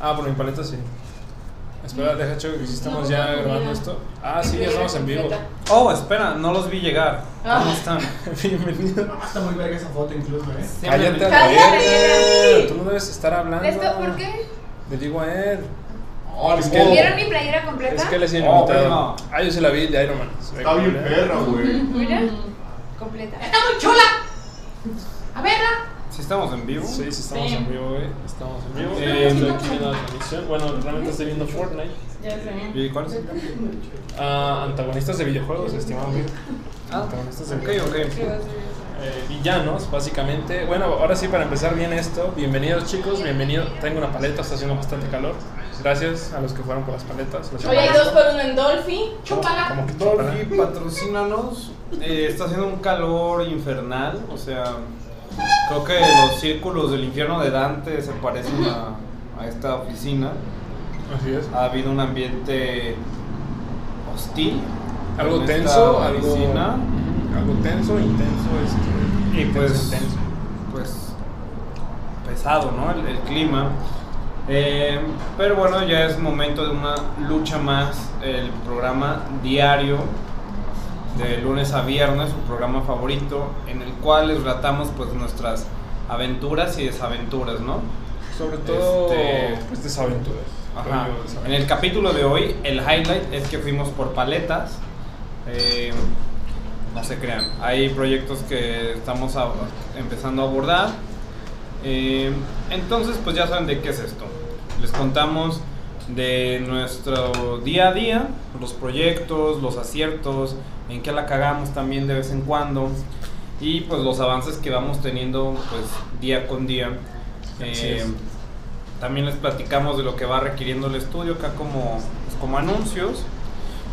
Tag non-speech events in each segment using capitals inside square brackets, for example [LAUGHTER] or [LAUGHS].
Ah, por mi paleta sí. Espera, deja hecho que si estamos No, ya no, grabando mira. esto. Ah, sí, ya estamos en vivo. Oh, espera, no los vi llegar. ¿Cómo Ah. están? [LAUGHS] Bienvenido. Ah, está muy verga esa foto incluso, ¿eh? Cállate a la Cállate. verga. Tú no debes estar hablando. ¿Esto por qué? Le digo a él. Oh, Es es que- ¿Vieron mi playera completa? Es que él es Oh, invitado. no. Ah, yo se la vi de Iron Man. Se ve Está bien cool, ¿eh? perra, güey. Mira, completa. ¡Está muy chula! A verla. ¿Sí estamos en vivo? Sí, sí, estamos Sí. en vivo, güey. Estamos en vivo. Sí, Eh, sí, estoy sí, aquí sí. viendo la transmisión. Bueno, realmente estoy viendo Fortnite. Ya sé. ¿Y cuál es? Ah, antagonistas de videojuegos, estimado amigo. Ah, Antagonistas de ok, videojuegos. ok. Eh, villanos, básicamente. Bueno, ahora sí, para empezar bien esto, bienvenidos chicos, bienvenido. Tengo una paleta, está haciendo bastante calor. Gracias a los que fueron por las paletas. Las Hoy hay dos por uno en Dolphy. Chúpala. Como que chúpala. Dolphy, patrocínanos. Eh, está haciendo un calor infernal, o sea, creo que los círculos del infierno de Dante se parecen a, a esta oficina. Así es. Ha habido un ambiente hostil. Algo en esta tenso, algo, oficina. Ujú, algo tenso, intenso. Este, Y pues, intenso. pues pesado, ¿no? El, el clima. Eh, pero bueno, ya es momento de una lucha más. El programa diario de lunes a viernes, su programa favorito, en el cual les relatamos pues nuestras aventuras y desaventuras, ¿no? Sobre todo, Este- pues desaventuras. Ajá. Rollo desaventuras. En el capítulo de hoy, el highlight es que fuimos por paletas. Eh, no se crean, hay proyectos que estamos a- empezando a abordar. Eh, entonces, pues ya saben de qué es esto. Les contamos de nuestro día a día, los proyectos, los aciertos, en qué la cagamos también de vez en cuando y pues los avances que vamos teniendo pues día con día. Así Eh, es. también les platicamos de lo que va requiriendo el estudio acá como, pues, como anuncios.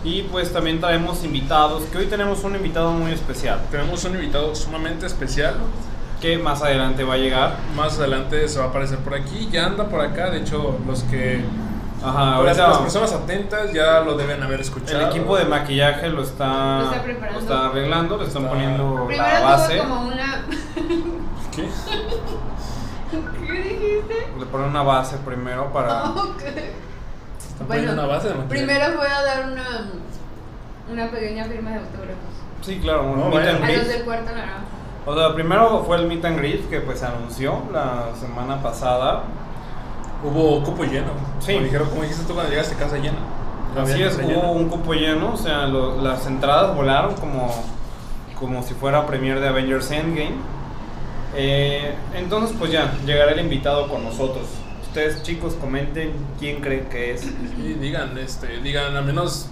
Y pues también traemos invitados, que hoy tenemos un invitado muy especial, Tenemos un invitado sumamente especial. que más adelante va a llegar. Más adelante se va a aparecer por aquí. Ya anda por acá. De hecho, los que Ajá, Las, ahorita las personas atentas ya lo deben haber escuchado. el equipo de maquillaje lo está, Lo está preparando. lo está arreglando, le están Está- poniendo la Primero base, tuvo como una. [LAUGHS] ¿Qué? ¿Qué dijiste? le ponen una base primero [LAUGHS] para... Ok. Están Bueno, poniendo Ah. una base de material. Primero voy a dar una. Una pequeña firma de autógrafos. Sí, claro, un No, meet bueno. and A los greet. del cuarto naranja. O sea, primero fue el meet and greet que pues se anunció la semana pasada. Hubo cupo lleno. Sí. Como dijeron, como dijiste tú cuando llegaste casa llena. Así Había es, casa hubo llena. un cupo lleno, o sea, lo- las entradas volaron como, como si fuera premier de Avengers Endgame. Eh, entonces, pues ya, llegará el invitado con nosotros. Ustedes, chicos, comenten quién creen que es. Y digan, este, digan, al menos.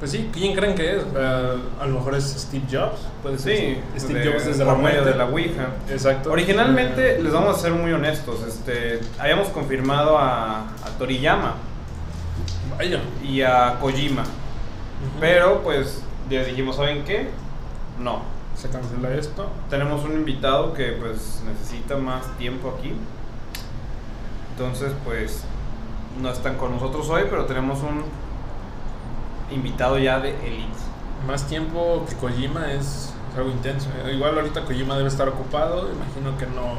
Pues sí, ¿quién creen que es? O sea, Eh, a lo mejor es Steve Jobs. Puede ser. Sí, Steve de- Jobs desde la por medio muerte. de la Ouija. Exacto. Eh, Originalmente, les vamos a ser muy honestos, este, habíamos confirmado a, a Toriyama Vaya. y a Kojima, pero pues les dijimos, ¿saben qué? No, Se cancela esto. Tenemos un invitado que pues necesita más tiempo aquí. Entonces pues no están con nosotros hoy, pero tenemos un invitado ya de elite. Más tiempo que Kojima es, es algo intenso. Eh, Igual ahorita Kojima debe estar ocupado, imagino que no,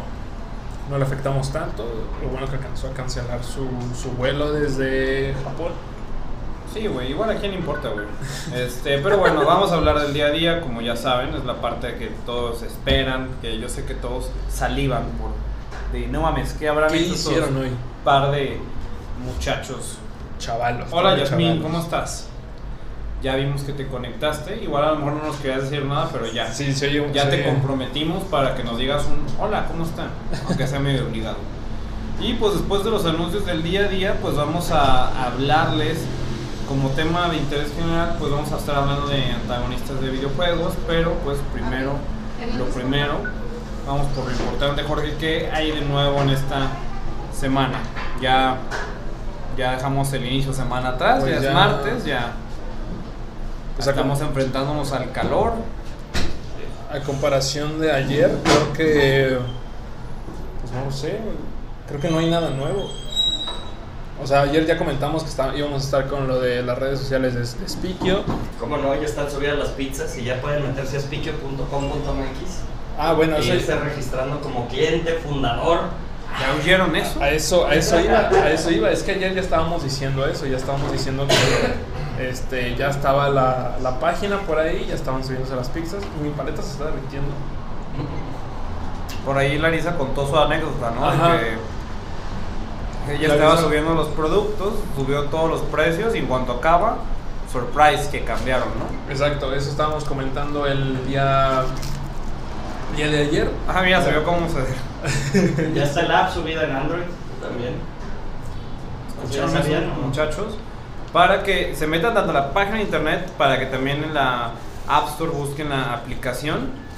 no le afectamos tanto. Lo bueno que alcanzó a cancelar su, su vuelo desde Japón. Sí, güey, igual a quién le importa, güey. Este, pero bueno, vamos a hablar del día a día, como ya saben, es la parte que todos esperan, que yo sé que todos salivan por de no mames, ¿qué habrán ¿Qué hecho estos hicieron hoy? par de muchachos Chavalos. Hola todos Yasmin, chavalos. ¿cómo estás? Ya vimos que te conectaste, igual a lo mejor no nos querías decir nada, pero ya. Sí, se oye un- ya se te oye- comprometimos para que nos digas un hola, ¿cómo están? Aunque sea medio obligado. Y pues después de los anuncios del día a día, pues vamos a hablarles como tema de interés general, pues vamos a estar hablando de antagonistas de videojuegos, pero pues primero, lo primero, vamos por lo importante, Jorge, ¿qué hay de nuevo en esta semana? Ya, ya dejamos el inicio de semana atrás, Pues ya, ya- es martes, ya Pues estamos acá- enfrentándonos al calor. A comparación de ayer, creo que. Pues no lo sé, creo que no hay nada nuevo. O sea, ayer ya comentamos que está- íbamos a estar con lo de las redes sociales de, de Spikio. ¿Cómo no? Ya están subidas las pizzas y ya pueden meterse a speaker.com.mx Ah, bueno, y eso Eh, irse registrando como cliente fundador ¿Ya oyeron eso? A eso, a eso iba, a eso iba. Es que ayer ya estábamos diciendo eso, ya estábamos diciendo que este, ya estaba la, la página por ahí, ya estaban subiéndose las pizzas y mi paleta se está derritiendo. Por ahí Larisa contó su anécdota, ¿no? De Ajá. que ella Larisa- estaba subiendo los productos, subió todos los precios y en cuanto acaba, surprise que cambiaron, ¿no? Exacto, eso estábamos comentando el día, día de ayer. Ajá, mira, se vio cómo se... Ya está la app subida en Android también. escucharon Ya eso, sabían, ¿no? muchachos, para que se metan tanto a la página de internet, para que también en la App Store busquen la aplicación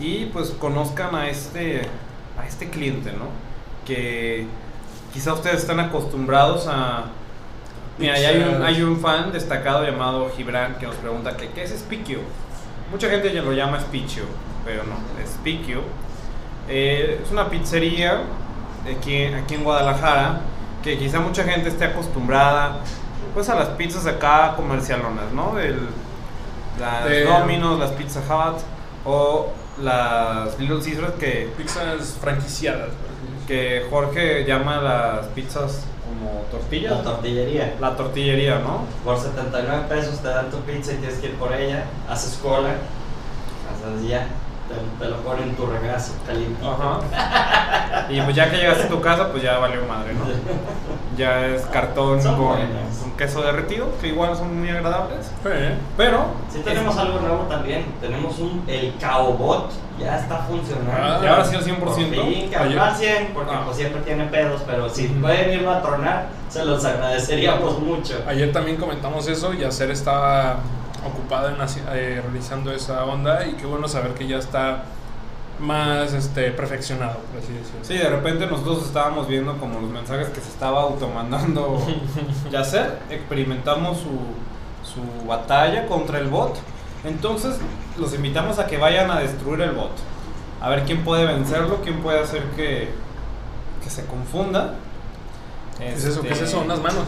y pues conozcan a este, a este cliente, ¿no? Que quizá ustedes están acostumbrados a... Mira, ahí hay un, hay un fan destacado llamado Gibran que nos pregunta que qué es Spikio. Mucha gente ya lo llama Spichio, pero no, es Spikio. Eh, es una pizzería aquí, aquí en Guadalajara que quizá mucha gente esté acostumbrada pues a las pizzas acá comercialonas, ¿no? El, las De- Domino's, las Pizza Hut o las Little Caesars que, Pizzas franquiciadas. güey. que Jorge llama las pizzas como tortillas. La tortillería. La tortillería, ¿no? Por 79 pesos te dan tu pizza y tienes que ir por ella, haces cola, hasta ya, te, te lo ponen en tu regazo, caliente. Ajá. Y pues ya que llegaste a tu casa, pues ya valió madre, ¿no? Ya es cartón Son con, buenas. con queso derretido, que igual son muy agradables. Eh, Pero Sí tenemos algo nuevo también, tenemos un, el Caobot, ya está funcionando. Ah, ya ahora sí al Por 100%. fin, cabrón, al 100, porque Ah. pues, siempre tiene pedos, pero si pueden irlo a tronar, se los agradeceríamos mucho. Ayer también comentamos eso y Acer estaba ocupada en haci- eh, realizando esa onda y qué bueno saber que ya está más este, perfeccionado, por así decirlo. Sí, de repente nosotros estábamos viendo como los mensajes que se [LAUGHS] estaba automandando Yacer. Experimentamos su, su batalla contra el bot. Entonces, los invitamos a que vayan a destruir el bot. A ver quién puede vencerlo, quién puede hacer que, que se confunda. ¿Qué es eso? ¿Qué es Este, eso? Unas manos.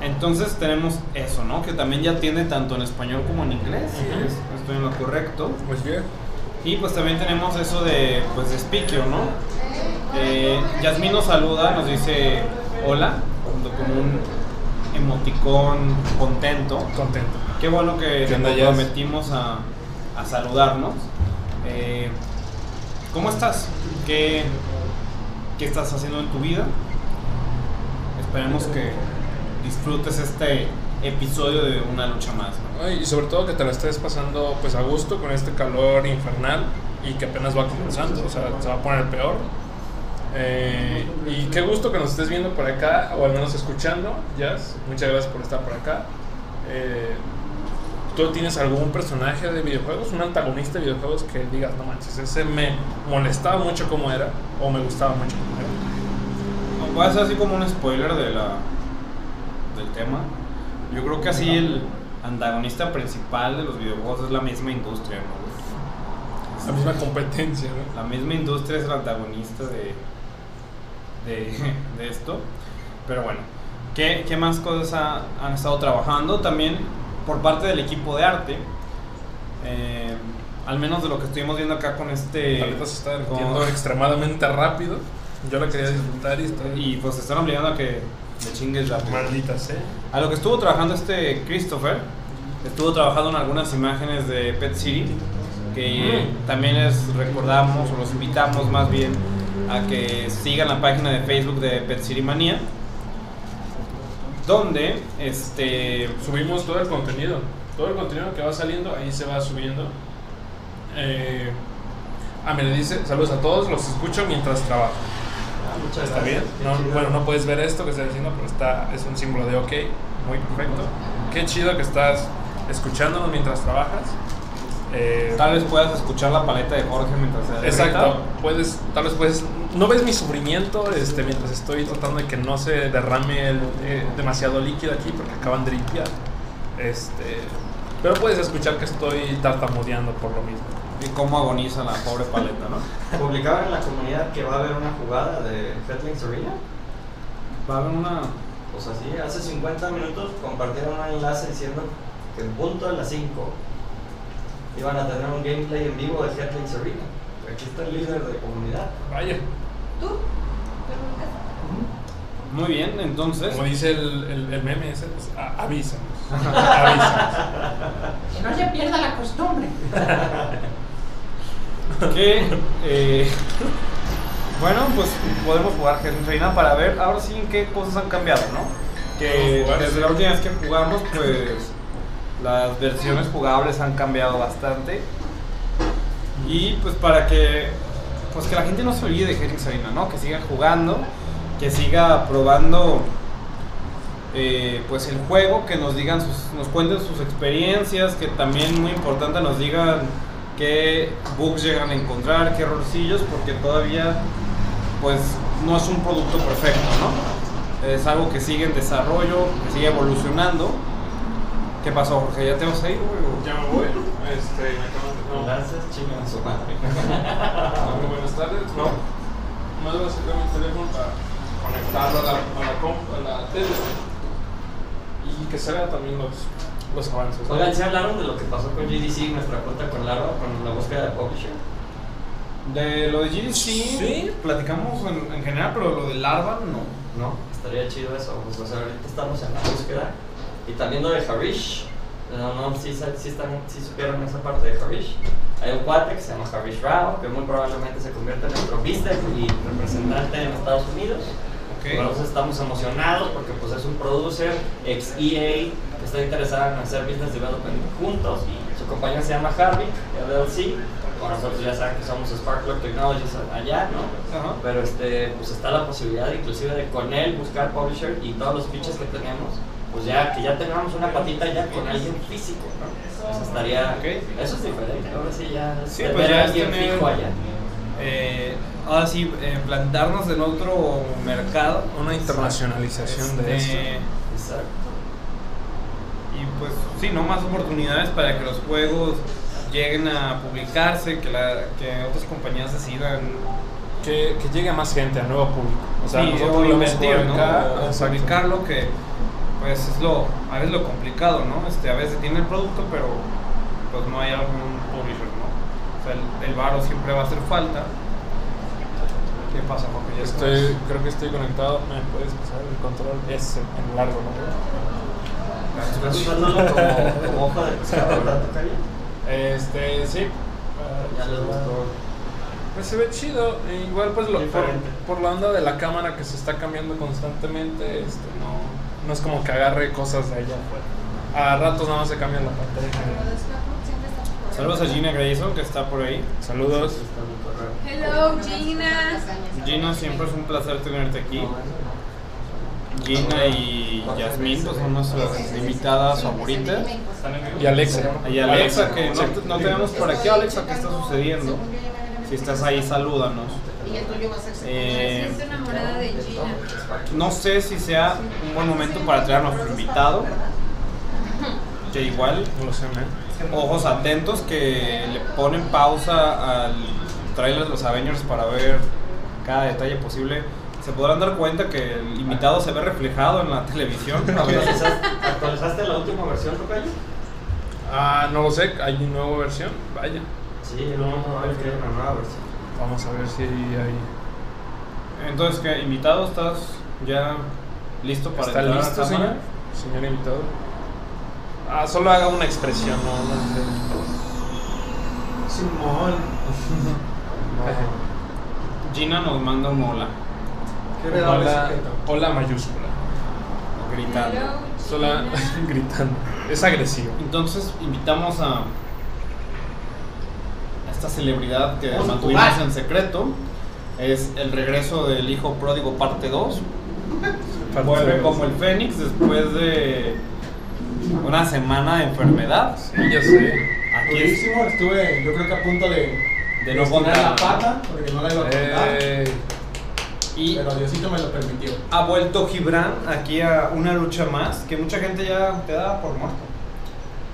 Entonces tenemos eso, ¿no? Que también ya tiene tanto en español como en inglés. si Estoy en lo correcto. Pues bien. Y pues también tenemos eso de, pues, de Spikio, ¿no? Eh, Yasmín nos saluda, nos dice hola, junto con un emoticón contento. Contento. Qué bueno que ¿Qué onda, nos Yas? metimos a, a saludarnos. Eh, ¿Cómo estás? ¿Qué, ¿Qué estás haciendo en tu vida? Esperemos que disfrutes este episodio de Una Lucha Más. ¿no? Ay, Y sobre todo que te la estés pasando pues a gusto con este calor infernal y que apenas va comenzando, o sea, se va a poner peor. Eh, y qué gusto que nos estés viendo por acá, o al menos escuchando, Jazz. Muchas gracias por estar por acá. Eh, ¿Tú tienes algún personaje de videojuegos, un antagonista de videojuegos que digas, no manches, ese me molestaba mucho como era, o me gustaba mucho como era? No, Voy a hacer así como un spoiler de la, del tema. Yo creo que así el antagonista principal de los videojuegos es la misma industria, ¿no? La misma competencia, ¿no? La misma industria es el antagonista de, de, [LAUGHS] de esto. Pero bueno, ¿qué, qué más cosas ha- han estado trabajando? También por parte del equipo de arte, eh, al menos de lo que estuvimos viendo acá con este... La neta se está con- derritiendo extremadamente rápido. Yo la quería disfrutar y está. [LAUGHS] y pues están obligando a que le chingues la Maldita sea. A lo que estuvo trabajando este Christopher, estuvo trabajando en algunas imágenes de Pet City, que también les recordamos o los invitamos más bien a que sigan la página de Facebook de Pet City Manía, donde este subimos todo el contenido. Todo el contenido que va saliendo, ahí se va subiendo. Eh, ah, me dice, saludos a todos, los escucho mientras trabajo. Ah, muchas Está gracias. bien. Qué No, chido. bueno, no puedes ver esto que está diciendo, pero está, es un símbolo de ok. Muy perfecto. Qué chido que estás escuchándonos mientras trabajas. Eh, tal vez puedas escuchar la paleta de Jorge mientras se derrita. Exacto, puedes, tal vez puedes, no ves mi sufrimiento este, mientras estoy tratando de que no se derrame el, eh, demasiado líquido aquí porque acaban de limpiar. Este, pero puedes escuchar que estoy tartamudeando por lo mismo. Y cómo agoniza la pobre paleta, ¿no? Publicaron en la comunidad que va a haber una jugada de Headlings Arena. Va a haber una... Pues así, hace 50 minutos compartieron un enlace diciendo que en punto de las 5 iban a tener un gameplay en vivo de Headlings Arena. Aquí está el líder de comunidad. Vaya. ¿Tú? ¿Te Muy bien, entonces. Como dice el, el, el meme ese, pues, a- [LAUGHS] avísanos. avísanos. Que no se pierda la costumbre. Que, eh, bueno, pues podemos jugar Jesús Reina para ver ahora sí en qué cosas han cambiado, ¿no? Que Podemos jugar, desde sí. la última vez que jugamos, pues las versiones jugables han cambiado bastante. Y pues para que pues que la gente no se olvide de Jesús Reina, ¿no? Que siga jugando, que siga probando eh, pues el juego, que nos digan sus, nos cuenten sus experiencias, que también muy importante nos digan qué bugs llegan a encontrar, qué errorcillos, porque todavía pues no es un producto perfecto, ¿no? Es algo que sigue en desarrollo, que sigue evolucionando. ¿Qué pasó, Jorge? ¿Ya te vas a ir, güey? Ya me voy. Este, me acaban de. Gracias, chingan a su madre. No. Muy buenas tardes. No. No debo sacar mi teléfono para conectarlo a la, a la, comp- a la tele. Y que se vean también los, los avances. ¿no? Oigan, ¿se hablaron de lo que pasó con GDC, nuestra cuenta con Larva, con la búsqueda de publisher? De lo de GDC, Sí. platicamos en, en general, pero lo de Larva no. No, estaría chido eso. Pues, o sea, ahorita estamos en la búsqueda. Y también lo de Harish. No, no, sí, sa- sí, están, sí supieron esa parte de Harish. Hay un cuate que se llama Harish Rao, que muy probablemente se convierta en nuestro mister y representante en Estados Unidos. Ok. Nosotros pues, estamos emocionados porque pues, es un producer ex EA que está interesado en hacer business development juntos. Su compañía se llama Harvey, LLC. Bueno, nosotros ya saben que somos Sparkler Technologies allá, ¿no? Ajá. Pero este, pues está la posibilidad inclusive de con él buscar publisher y todos los pitches que tenemos, pues ya que ya tengamos una patita ya con alguien físico, ¿no? Pues estaría, Ok. eso es diferente, ahora sí ya es Sí, de pues ver ya a es alguien tener- fijo allá. Eh, ahora sí, eh, plantarnos en otro mercado. Una internacionalización de Este, esto. Exacto. Y pues sí, ¿no? Más oportunidades para que los juegos lleguen a publicarse, que, la, que otras compañías decidan. Que, que llegue a más gente, a nuevo público. O sea, sí, nosotros o lo hemos jugado invertir, ¿no? acá, O exacto. publicarlo, que pues es lo, a veces lo complicado, ¿no? Este, a veces tiene el producto, pero pues no hay algún publisher, ¿no? O sea, el, el varo siempre va a hacer falta. ¿Qué pasa, Jorge? ¿Ya Estoy, estás? creo que estoy conectado. ¿Me puedes pasar el control? Es en, en largo, ¿no? Estás usándolo como, como hoja de pescado, ¿verdad, Tocayo? Este, sí. Ya les gustó. Pues se ve chido, e igual pues lo, por, Diferente. por la onda de la cámara que se está cambiando constantemente, este, no, no es como que agarre cosas de allá afuera. A ratos nada más se cambia la Pero pantalla. de Scrapbook siempre está por- Saludos a Gina Grayson, que está por ahí. Saludos. Está en el correo. Hello, Gina. Gina, siempre es un placer tenerte aquí. Gina y Yasmín pues, son nuestras invitadas favoritas. Y Alexa. Y Alexa, que no, no tenemos por aquí. Alexa, ¿qué está sucediendo? Si estás ahí, salúdanos. Y el tuyo va a ser Eh, Estoy enamorada de Gina. no sé si sea un buen momento para traer a nuestro invitado, que igual, No lo sé, man. ojos atentos, que le ponen pausa al trailer de los Avengers para ver cada detalle posible. Se podrán dar cuenta que el invitado se ve reflejado en [LAUGHS] la televisión. a veces. ¿Actualizaste, actualizaste la última versión, Tocayo? Ah, no lo sé, hay una nueva versión. Vaya. Sí, no, no, es que hay una nueva versión. Vamos a ver si hay... Entonces, ¿qué? invitado, ¿estás ya listo para ¿Está entrar a listo, cámara? señor? Señor invitado. Ah, solo haga una expresión, no, no sé. [LAUGHS] Simón. [LAUGHS] Gina nos manda un hola, ¿Qué me da Hola- el sujeto? hola mayúscula. gritando. Sola [LAUGHS] gritando. Es agresivo. Entonces invitamos a a esta celebridad que Vamos a mantuvimos jugar. en secreto. Es el regreso del hijo pródigo parte 2. Vuelve como el Fénix después de una semana de enfermedad. Sí, ya sé. Aquí es Durísimo, estuve yo creo que a punto de, de no estirar la contar pata porque no la iba a contar. Eh, Y Pero Diosito me lo permitió. ha vuelto Gibran aquí a una lucha más que mucha gente ya te da por muerto.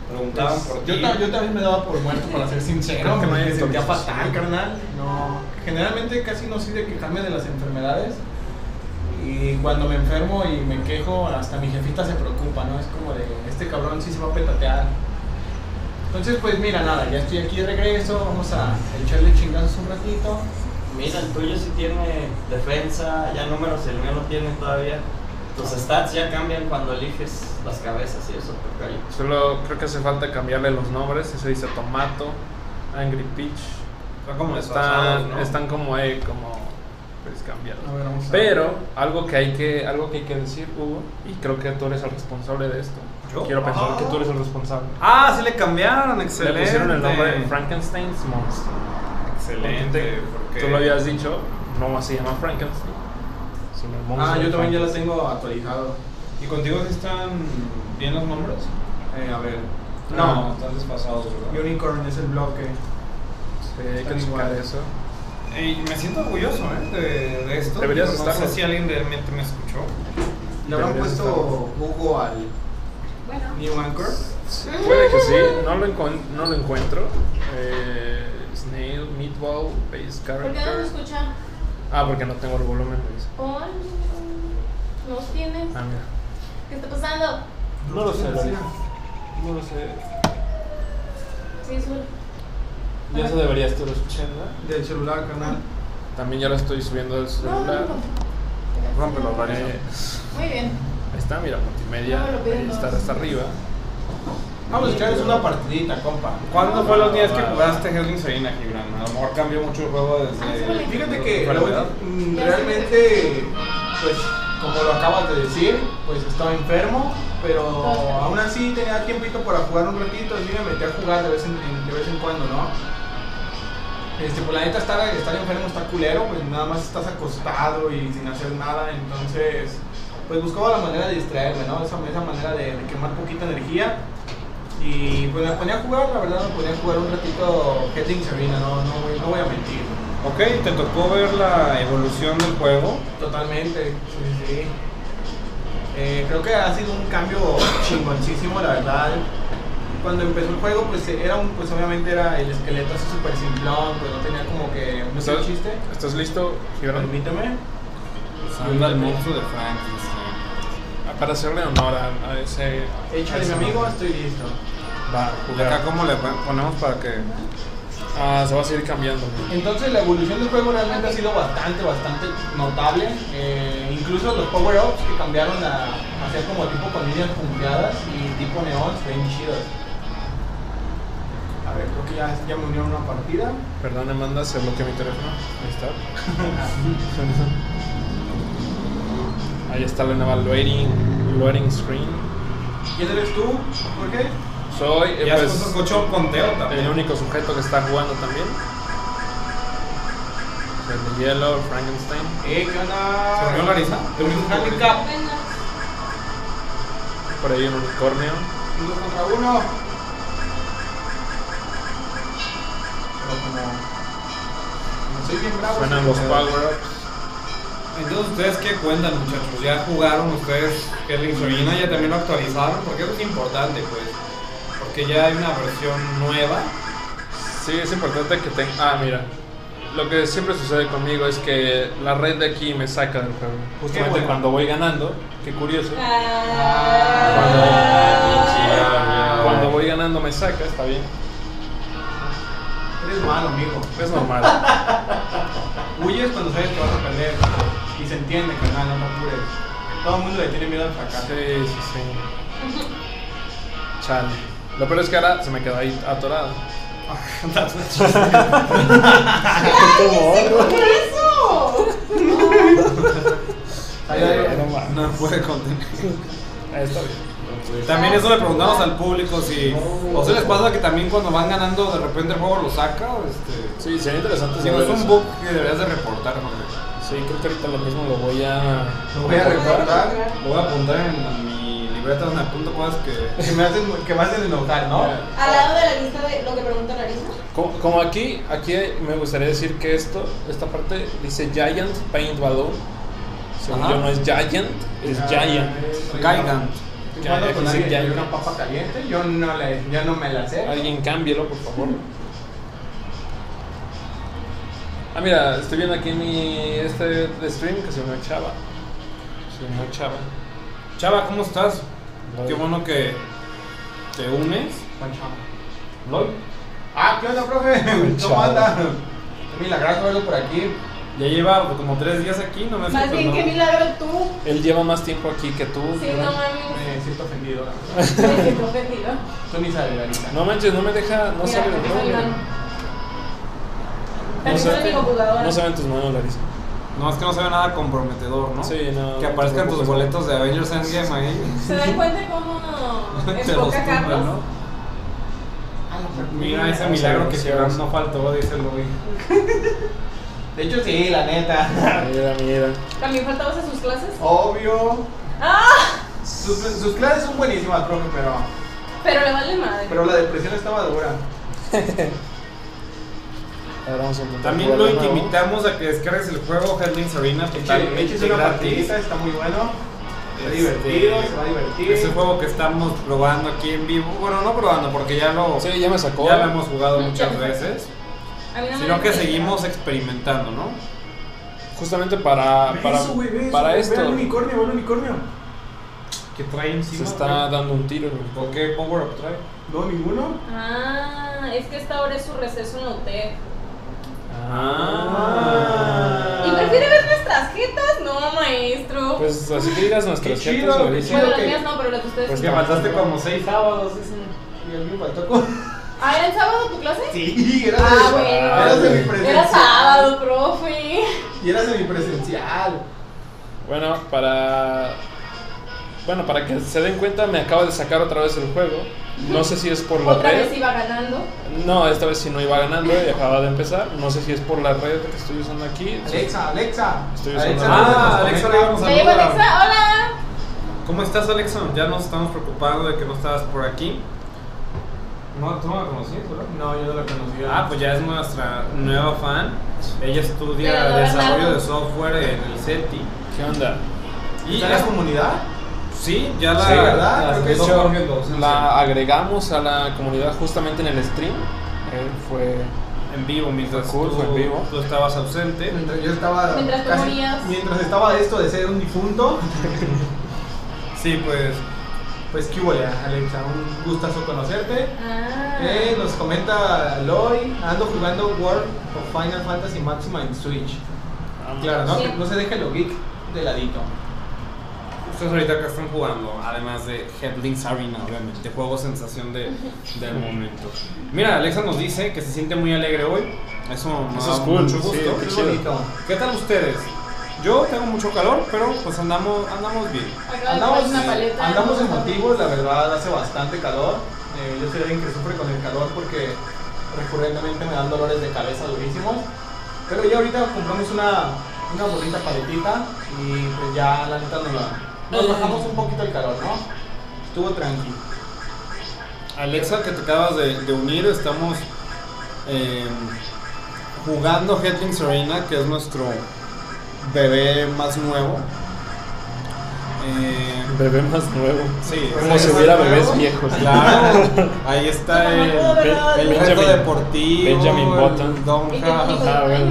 Preguntaban por Pues, Yo, ti. ta- yo también me daba por muerto, para ser sincero. Creo que no hay me sentía actualización. fatal, carnal. No, generalmente casi no soy de quejarme de las enfermedades. Y cuando me enfermo y me quejo, hasta mi jefita se preocupa, ¿no? Es como de, este cabrón sí se va a petatear. Entonces, pues mira, nada, ya estoy aquí de regreso, vamos a echarle chingazos un ratito. Mira, el tuyo sí tiene defensa, ya números, el mío no tiene todavía. Tus stats ya cambian cuando eliges las cabezas y eso, porque hay Solo creo que hace falta cambiarle los nombres. Ese dice Tomato, Angry Peach. Son como desfasados, Están, ¿no? están como, eh, como pues, cambiados. A ver, vamos a Pero algo que hay que algo que hay que decir, Hugo, y creo que tú eres el responsable de esto. ¿Yo? Quiero pensar Ah. que tú eres el responsable. Ah, sí le cambiaron, excelente. Le pusieron el nombre Frankenstein's Monster. Excelente, porque... Tú lo habías dicho, no se llama Frankenstein, sino el monstruo. Ah, yo de también ya Frankenstein. las tengo actualizado. ¿Y contigo sí están bien los nombres? Eh, a ver. No, están desfasados, ¿verdad? Unicorn es el bloque. Sí, hay que Están checar iguales. eso. Y me siento orgulloso, ¿eh? De, de esto. Deberías no estarlo. sé si alguien realmente me escuchó. ¿Le habrán Deberías puesto Hugo al Bueno. New Anchor? Puede que sí, no lo, encon- no lo encuentro. Eh, snail, Meatball, Base ¿Por qué no lo Character. escuchan? Ah, porque no tengo el volumen, me dice. Pon. ¿Los tienes? Ah, mira. ¿Qué está pasando? No lo sé, Larissa. No lo sé. Sí, es un- Ya se debería estar escuchando. Del celular, canal. También ya lo estoy subiendo del No, no, celular. no. Rómpelo, Larissa. Eh, Muy bien. ahí está, mira, multimedia. No me lo piden ahí está todos. hasta arriba. Vamos a echarles una partidita, compa. ¿Cuándo fue los días que Ah. jugaste Hellings Arena, Gibran? A lo mejor cambió mucho el juego desde... Híjole. Fíjate que Bueno, lo- ¿verdad? mm, Ya realmente, pues como lo acabas de decir, pues estaba enfermo, pero aún así tenía tiempito para jugar un ratito, así me metí a jugar de vez en, en- de vez en cuando, ¿no? Este, pues la neta estar, estar enfermo está culero, pues nada más estás acostado y sin hacer nada, entonces pues buscaba la manera de distraerme, ¿no? Esa, esa manera de- de quemar poquita energía. Y pues me ponía a jugar, la verdad me ponía a jugar un ratito Heading Serena, no, no, voy- no voy a mentir. Ok, te tocó ver la evolución del juego. Totalmente, sí, sí. Eh, creo que ha sido un cambio chingoncísimo, la verdad. Cuando empezó el juego, pues era un, pues obviamente era el esqueleto así súper simplón, pues no tenía como que mucho ¿Estás, chiste. ¿Estás listo, Gibran? Permíteme. Anda el monstruo de Frankenstein. Ah, Para hacerle honor a, a ese. Échale, mi amigo, estoy listo. Va, ¿Y acá jugar. cómo le pon- ponemos para que...? Ah, se va a seguir cambiando. güey. Entonces la evolución del juego realmente ha sido bastante, bastante notable. Eh, incluso los power-ups que cambiaron a hacer como tipo con líneas punteadas y tipo neón, se ven chidos. A ver, creo que ya, ya me unieron una partida. Perdón, Amanda, se bloqueó mi teléfono. Ahí está. [LAUGHS] Ahí está la nueva loading, loading screen. ¿Quién eres tú? ¿Por qué? Soy eh, Ya pues, se escuchó un conteo también. el único sujeto que está jugando también. El de hielo, Frankenstein. Eh, ¿qué onda? ¿Se unió Larisa? Tuvimos un handicap. Por ahí un unicornio. Un dos contra uno. Pero como... como soy bien bravo. Suenan soy los bien- power-ups. Entonces, ¿ustedes qué cuentan, muchachos? ¿Ya jugaron ustedes Hellings Arena? ¿Ya también lo actualizaron? Porque eso es importante, pues. Porque ya hay una versión nueva. Sí, es importante que tenga. Ah, mira. Lo que siempre sucede conmigo es que la red de aquí me saca del juego. Justamente bueno. cuando voy ganando. Qué curioso. Ah, Cuando voy ganando me saca, está bien. Eres malo, amigo. Es normal. Huyes cuando sabes que vas a perder. Y se entiende, carnal, no te apures. Todo el mundo le tiene miedo al fracaso. sí, sí, sí. Chale. Lo peor es que ahora se me quedó ahí atorado. Ay, ay, ay. Eh, No puede continuar. Ahí está bien. También eso le preguntamos al público si... ¿O se les pasa que también cuando van ganando de repente el juego lo saca? O este... Sí, sería interesante Si no es saber un eso. bug que deberías de reportar, Jorge. Sí, creo que ahorita lo mismo lo voy a. Lo voy a recordar. Lo voy a apuntar en mi libreta donde apunto cosas que... [LAUGHS] Que me haces, que me haces enojar, ¿no? Al lado de la lista de lo que pregunta Larisa. Como, como aquí, aquí me gustaría decir que esto, esta parte dice Giant Paint Balloon. Según Ajá. yo no es Giant, es Giant. Gigant. Estoy jugando con Ya, alguien que ya. hay una papa caliente. Yo no, le, yo no me la sé. Alguien cámbielo, por favor. Ah, mira, estoy viendo aquí mi este stream que se me Chava. Se me Chava. Chava, ¿cómo estás? Hola. Qué bueno que te unes. Pancho. Lloyd. Ah, ¿qué onda, profe? Chao. [LAUGHS] ¿Cómo anda? Qué Milagroso verlo por aquí. Ya lleva como tres días aquí, no me has pues Más bien, contado. qué milagro tú. Él lleva más tiempo aquí que tú. Sí, yo- no [LAUGHS] Me mames. siento ofendido. la verdad. Me siento ofendido. Tú ni sabes, Anita. No manches, no me deja. No Mira, sale aquí del está juego. Iván. No Aquí está mi computadora. no se ven tus manos, [LAUGHS] Larisa. No, es que no se ve nada comprometedor, ¿no? Sí, no, Que no aparezcan te tus preocupes. boletos de Avengers Endgame ahí. ¿Se dan cuenta cómo [LAUGHS] Se los enfoca tumban, Carlos? ¿no? Mira ese milagro que Sí, si no sí. faltó, dice el Luis. De hecho, sí, la neta. Mira, mira. ¿También faltabas a sus clases? Obvio. ¡Ah! Sus, sus clases son buenísimas, profe, pero, Pero le vale madre. pero la depresión estaba dura. Ahora vamos a intentar También jugar de Luis, te nuevo. invitamos a que descargues el juego Hellings Arena Eche- Eches totalmente una gratis. partidita, está muy bueno. Está Este, divertido, se va a divertir. Es un juego que estamos probando aquí en vivo. Bueno, no probando porque ya lo, Sí, ya me sacó. ya lo hemos jugado Ya muchas me sacó. veces, A mí no me sino que interesa. seguimos experimentando, ¿no? Justamente para. Ve Para, eso, güey, ve eso, para ve esto. al unicornio, ve al unicornio. Que trae encima. Se está dando un tiro, güey. ¿Por qué Power Up trae? No, ninguno. Ah, es que esta hora es su receso en la E. UTEP. Ah. ¿Y prefiere ver nuestras jetas? No, maestro. Pues así que digas nuestras Qué jetas, chido, Larisa. qué bueno, las que- mías no, pero las de ustedes. Pues Que sí. faltaste como seis sábados. ese. Y el mío faltó con. Ah, ¿era el sábado tu clase? Sí, era Ah, de, bueno. era de mi Era sábado, profe. Y era semipresencial. Bueno, para. Bueno, para que se den cuenta, me acaba de sacar otra vez el juego. No sé si es por la Otra red. vez iba ganando. No, esta vez sí no iba ganando y acababa de empezar. No sé si es por la red que estoy usando aquí. Alexa, Alexa. Estoy usando- Alexa, Ah, nos Alexa, conecta. le vamos Ya llegó Alexa, hola. ¿Cómo estás, Alexon? Ya nos estamos preocupando de que no estabas por aquí. No, tú no la conocías, ¿verdad? No, yo no la conocía. Ah, pues ya es nuestra nueva fan. Ella Pero estudia no desarrollo ganaron. de software en el CETI. ¿Qué onda? Y ¿Está en la comunidad? sí, ya la. Sí, ¿verdad? las Creo que De dos sí. hecho, Jorge Lozano la agregamos a la comunidad justamente en el stream. Él fue. En vivo, mientras Cool, tú, fue en vivo. tú estabas ausente. Mientras yo estaba. Mientras tú morías. Mientras estaba esto de ser un difunto, Sí, pues. pues qué hubo, Alexa. Un gustazo conocerte. Ah. Eh, nos comenta Loy, ando jugando World of Final Fantasy Maxima en Switch. Claro, ¿no? Sí. Que no se deje lo geek de ladito. Ustedes ahorita acá están jugando, además de Headlings Arena, obviamente, juego sensación de, del momento. Mira, Alexa nos dice que se siente muy alegre hoy. Eso me Eso da es cool, mucho sí, gusto. qué Qué chido. bonito. ¿Qué tal ustedes? Yo tengo mucho calor, pero pues andamos, andamos bien. Acaba de Andamos, poner una paleta. andamos emotivos, la verdad, hace bastante calor. Eh, yo soy alguien que sufre con el calor porque recurrentemente me dan dolores de cabeza durísimos. Pero ya ahorita compramos una, una bonita paletita y pues ya la neta nos, la- nos bajamos un poquito el calor, ¿no? Estuvo tranquilo. Alexa, que te acabas de, de unir, estamos eh, jugando Headlings Arena, que es nuestro bebé más nuevo. Eh, Bebé más nuevo. sí, Como sí, si sí. hubiera bebés viejos. Claro, [LAUGHS] ahí está el, Be- el Benjamin- reto deportivo, Benjamin el Button. Don Y que Hart. bonito Ah, bueno.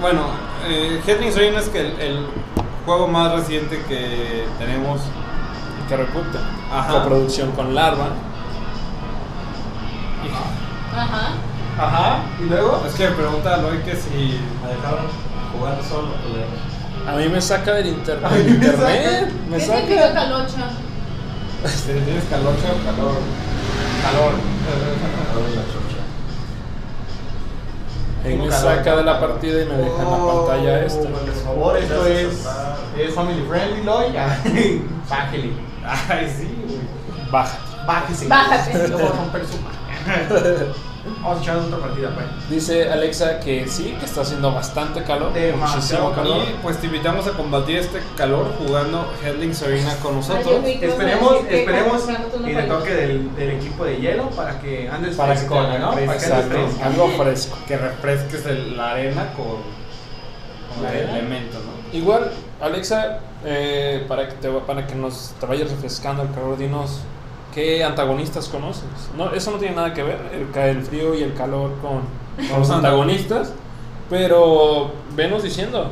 Bueno, eh, Headlings Arena es que el, el juego más reciente que tenemos. Que reputa. Ajá. Coproducción con Larva. Ajá. Ajá, y luego. Es que pregunta a Loy que si Me dejaron jugar solo, culero. A mí me saca del inter- A del mí me internet. Me ¿Qué saca. significa calocha? Si tienes calor, chao, calor. Calor. Ahí me Nunca lo saca he de la tocado. partida y me deja en la Oh, pantalla esto. Por favor, esto es, es family friendly, Loy. [LAUGHS] Bájele. Ay, sí, güey. Baja. Bájese. Bájate. Lo voy a romper su madre. Vamos a echar otra partida, pues. Dice Alexa que sí, que está haciendo bastante calor. Demasiado Muchísimo calor. Y pues te invitamos a combatir este calor jugando Headlings Arena con Ay, yo nosotros. vi. Chicos, Esperemos, así que esperemos cuando tú no y le vayas. toque del, del equipo de hielo para que andes Para que frescona, ¿no? Para que andes Exacto, fresca. algo fresco. Que refresques el- la arena con, con el elemento, ¿no? Igual, Alexa, eh, para que te, va- para que nos te vayas refrescando el calor, dinos qué antagonistas conoces. No, eso no tiene nada que ver el, ca- el frío y el calor con, con los antagonistas, pero venos diciendo.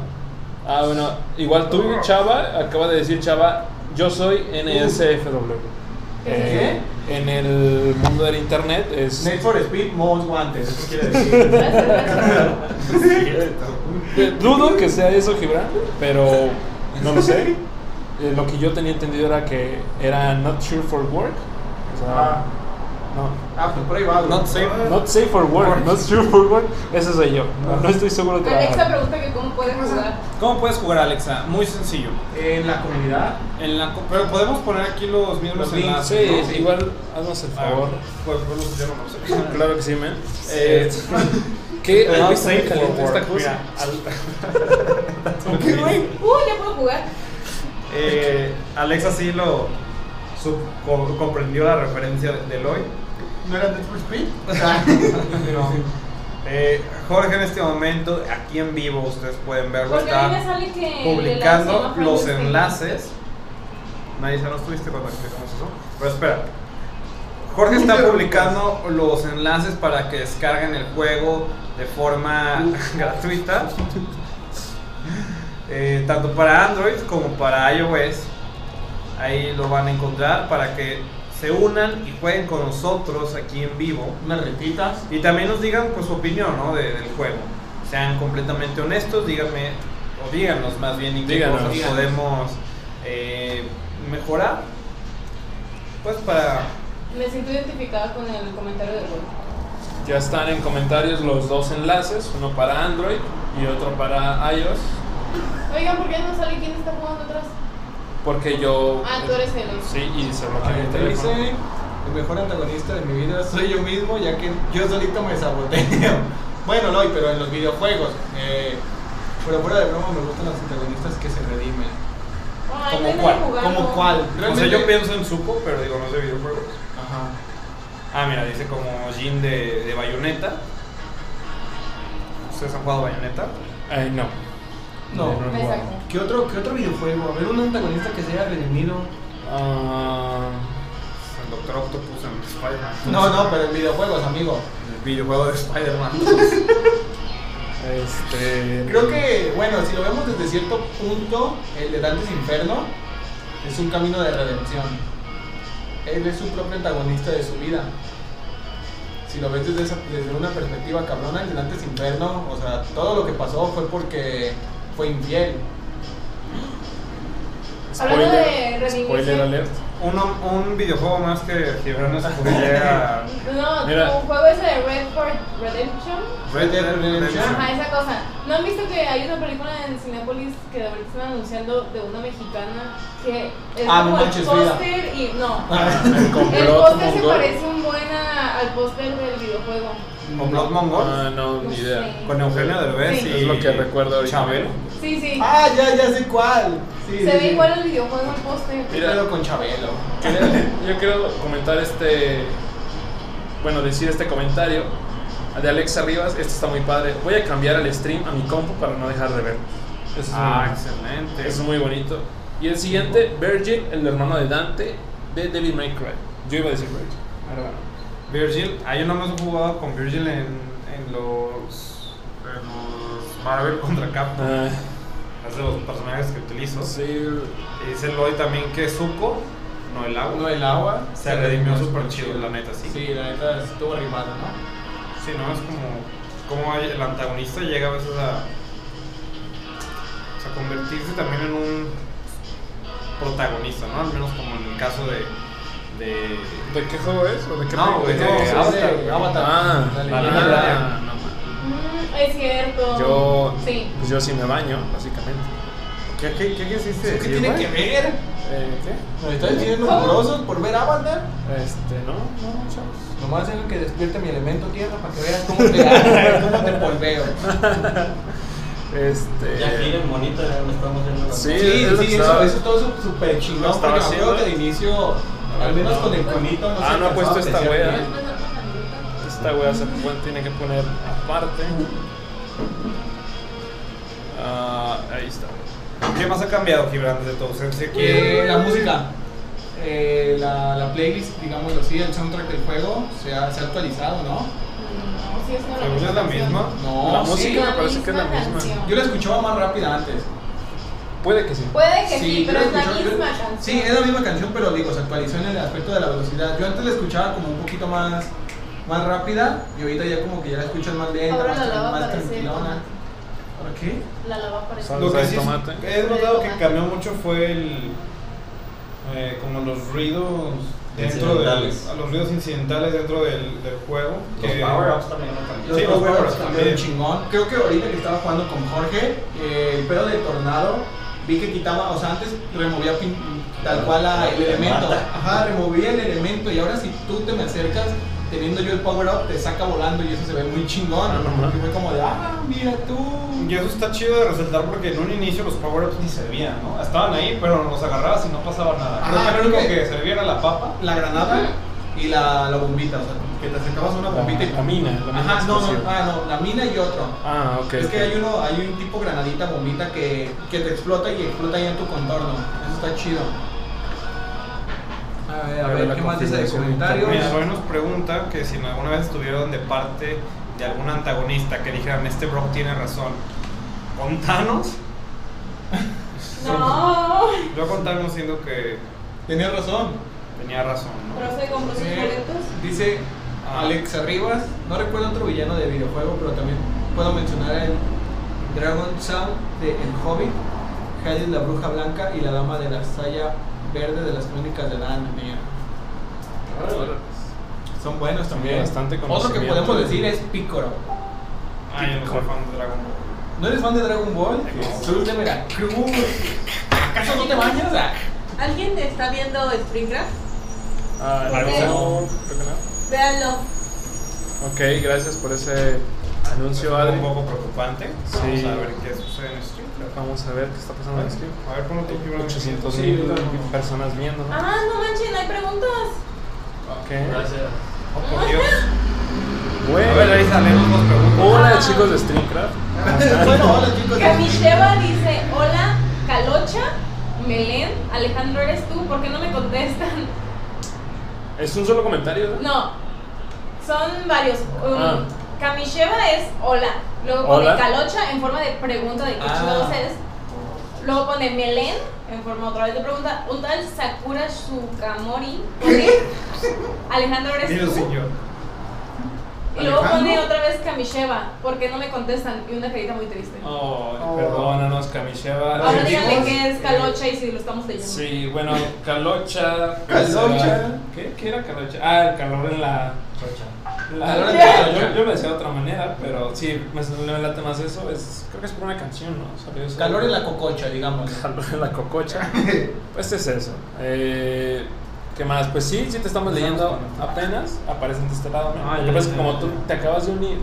Ah, bueno, igual tú, Chava, acaba de decir Chava, yo soy NSFW. Eh, en el mundo del internet es Need for Speed Most Wanted, eso quiere decir. Eh, Dudo que sea eso, Gibran, pero no lo [LAUGHS] sé. Eh, lo que yo tenía entendido era que era not sure for work. O sea, Ah, no. [LAUGHS] ah, pues por ahí va. güey. Not safe. Not safe for work, not sure for work. Ese soy yo. No, no estoy seguro que Alexa la pregunta que cómo puedes jugar. ¿Cómo puedes jugar, Alexa? Muy sencillo. En la comunidad. En la co- pero podemos poner aquí los mismos Los enlaces. Sí, ¿no? igual haznos el A ver, favor. pues, pues, los- yo no lo sé. [LAUGHS] Claro que sí, man. Eh, [LAUGHS] ¿Qué? Pero Ah, no está safe muy caliente for esta work. cosa. [LAUGHS] ¿Qué, güey? Uh, ya puedo jugar. Eh, Alexa sí lo sub- co- comprendió la referencia de- del hoy. ¿No era Need for Speed? [LAUGHS] No. Eh, Jorge en este momento, aquí en vivo, ustedes pueden verlo, Porque a mí me está sale que. este, publicando el enlace no los aparece. enlaces. Marisa, ¿no estuviste cuando explicamos eso? Pero espera. Jorge está publicando los enlaces para que descarguen el juego de forma [LAUGHS] gratuita. Eh, tanto para Android como para iOS. Ahí lo van a encontrar para que se unan y jueguen con nosotros aquí en vivo. Unas retitas. Y también nos digan pues, su opinión ¿no? de- del juego. Sean completamente honestos, díganme, o díganos más bien, en qué Díganos. cosas Díganos. podemos eh, mejorar. Pues para. Me siento identificada con el comentario de Google. Ya están en comentarios los dos enlaces, uno para Android y otro para iOS, Oigan, ¿por qué no sale quién está jugando atrás? porque yo... Ah, tú eres el- Sí, y se bloquea mi Te dice, teléfono. el mejor antagonista de mi vida soy yo mismo, ya que yo solito me saboteo. [LAUGHS] Bueno, no, pero en los videojuegos. eh, pero fuera de broma, me gustan los antagonistas que se redimen. Ay, ¿Como no hay nadie cuál? jugando. ¿Como cuál? O sea, Realmente- yo pienso en Suco, pero digo, no sé videojuegos. Ajá. Ah, mira, dice como Jin de, de Bayonetta. ¿Ustedes han jugado Bayonetta? Ay, Eh, no. No. No, no he Me jugado. sacó. ¿Qué otro, ¿Qué otro videojuego? A ver, un antagonista que se haya redimido. Ah, El Doctor Octopus en Spider-Man. No, no, pero en videojuegos, amigo. El videojuego de Spider-Man. este... Creo que, bueno, si lo vemos desde cierto punto, el de Dantes Inferno es un camino de redención. Él es su propio antagonista de su vida. Si lo ves desde, esa- desde una perspectiva cabrona, el de Dantes Inferno, o sea, todo lo que pasó fue porque fue infiel. Hablando de redimirse. spoiler [LAUGHS] alert. Uno- un videojuego más que Gibran escogería. No, Mira. como juego ese de Red Fort Redemption. Red Dead Redemption. Ajá, esa cosa. ¿No han visto que hay una película en Cinepolis que ahorita están anunciando de una mexicana que es Ah, como no manches, Ah, el Frida. póster y no. Ah, El Complot, póster se mongol. parece un buen a- al póster del videojuego. Con Blood Mongol. Ah, no, No ni sé. idea. Con Eugenio Derbez Sí. y Es lo que recuerdo ahorita. Chabelo. Sí, sí. Ah, ya, ya sé cuál. Sí, se sí, ve sí. igual al videojuego el póster. ¿Qué pedo con Chabelo? Quiero- Yo quiero comentar este. Bueno, decir este comentario de Alexa Rivas. Esto está muy padre. Voy a cambiar el stream a mi compu para no dejar de ver. Eso es Ah, muy- excelente. Es muy bonito. Y el siguiente, Virgil, el hermano de Dante, de David May Cry. Yo iba a decir Virgil. Ahora bueno. Virgil, ah, yo nomás he jugado con Virgil en, en los. en los Marvel [LAUGHS] contra Capcom. Ah, Es de los personajes que utilizo. sí, Y dice Lloyd también que Zuko, no el agua. Uno del agua. se redimió súper chido, la neta, sí. Sí, la neta estuvo rimado, ¿no? Sí, no, es como. como el antagonista llega a veces a. a convertirse también en un protagonista, ¿no? Al menos como en el caso de. de ¿De qué juego es? ¿O de qué película? No, güey, No, de sí, Este, Avatar, sí, güey. Avatar. Ah, La La leyenda leyenda de- de- no, Mm, es cierto. Yo, Sí. pues yo sí me baño, básicamente. ¿Qué, qué, qué quisiste ¿Qué decir, tiene güey? que ver? Eh, ¿Qué? ¿Nos estás diciendo mugrosos por ver Avatar? Este, no, no, chavos. Nomás es que despierte mi elemento tierra para que veas [LAUGHS] cómo te, cómo te polveo. Este. Ya giren bonito, ya lo estamos viendo. Sí. Sí, es lo que sí, eso, estaba- eso todo es súper lo chingón. estaba Porque me acuerdo que haciendo. de inicio, al menos con el conito, no Ah, se no ha puesto alcanzaba a esta apreciar wea. bien. Esta wea se pon- tiene que poner aparte. Ah, ahí está. ¿Qué más ha cambiado, Gibran, de tu ausencia aquí? Que la música, eh, la, la playlist, digámoslo así, el soundtrack del juego, se ha, se ha actualizado, ¿no? No, sí, es una ¿Según es la misma? No, la sí. música me parece que es la misma misma. canción. Yo la escuchaba más rápida antes. Puede que sí. Puede que sí, yo pero la es la escucho- yo- misma canción. Sí, es la misma canción, pero digo, se actualizó en el aspecto de la velocidad. Yo antes la escuchaba como un poquito más, más rápida y ahorita ya como que ya la escuchas más lenta, Ahora más, la tran- lava más parece tranquilona. tomate. ¿Ahora qué? La lava parece. Sal- Lo Salsa que de sí es- tomate. he notado que cambió mucho fue el. eh, como los ruidos dentro del, Incidentales. a los ruidos incidentales dentro del, del juego Los que power-ups también no cambiaron. Los Sí, sí, los Power Power Ups también también. chingón. Creo que ahorita que estaba jugando con Jorge, eh, el pedo del tornado, vi que quitaba, o sea, antes removía pin- tal cual la- el La elemento. mata. Ajá, removía el elemento y ahora si tú te me acercas teniendo yo el Power Up, te saca volando y eso se ve muy chingón. Ah, no mames. Porque fue como de, ah, mira y tú. eso está chido de resaltar porque en un inicio los power ups ni servían no estaban ahí pero los agarrabas y no pasaba nada Ajá, creo que creo lo único que- que servía era la papa La granada y la, la bombita, o sea, que te acercabas a una bombita y... La mina, la mina Ajá, no, no, explosiva. ah, no, la mina y otro. Ah, ok. es que ok. hay uno, hay un tipo granadita bombita que, que te explota y explota ahí en tu contorno. Eso está chido. A ver, A ver, la configuración Mira, Roy nos pregunta que si alguna vez estuvieron de parte de algún antagonista que dijeran este Brock tiene razón. ¿Con Thanos? No, Yo con Thanos siento que Tenías razón. tenía razón, ¿no? profe compró sus Eh, boletos. dice Alex Arribas, no recuerdo otro villano de videojuego, pero también puedo mencionar el Dragon Sound de El Hobbit, Hades la Bruja Blanca y la Dama de la Saya Verde de las Crónicas de la Anamea. Son buenos también. Bastante Otro que conocimiento. podemos decir es Picoro. Ah, yo no soy fan de Dragon Ball. ¿No eres fan de Dragon Ball? No. Cruz de Veracruz. ¿Acaso no te bañas? Ah, ¿Alguien está viendo Springcraft? Ah, Claro, no, claro. creo que no. Véanlo. Ok, gracias por ese anuncio, Es Adri. un poco preocupante. Vamos Sí. a ver qué sucede en stream. Vamos a ver qué está Ah, pasando en stream. A ver cómo te primero. 800 Sí, mil claro. personas viendo. ¿no? Ah, no manchen, hay preguntas. Ok. Gracias. Oh, por Dios. A ver, ahí Bueno, salemos dos preguntas. hola chicos de StreamCraft. bueno, hola chicos. Camisheva dice, hola, Calocha, Melén, Alejandro, ¿eres tú? ¿Por qué no me contestan? [LAUGHS] ¿Es un solo comentario? No, son varios. Um, Ah. Kamisheva es hola. Luego pone Hola. Calocha en forma de pregunta de qué Ah. chingados es. Luego pone Melén en forma otra vez de pregunta. Un tal Sakura Sukamori. pone, [LAUGHS] Alejandro, ¿eres Dilo tú? sin yo. Y luego pone Alejandro. otra vez Kamisheva. ¿Por qué no me contestan? Y una carita muy triste. Oh, perdónanos, Kamisheva. Ahora Eh, díganme dijimos, qué es Calocha y si lo estamos leyendo. Sí, bueno, Calocha. eh, Calocha. ¿Qué, ¿Qué era Calocha? Ah, el calor en la. la- Calor en la- Calocha. yo, yo lo decía de otra manera, pero sí, me, me late más eso. Es, creo que es por una canción, ¿no? Salió eso. Calor en la cococha, digamos. Calor en la cococha. Pues es eso. Eh, ¿Qué más? Pues sí, sí te estamos leyendo apenas. Aparecen de este lado. Ah, Ah, ya, que pasa es ya, que como ya. tú te acabas de unir,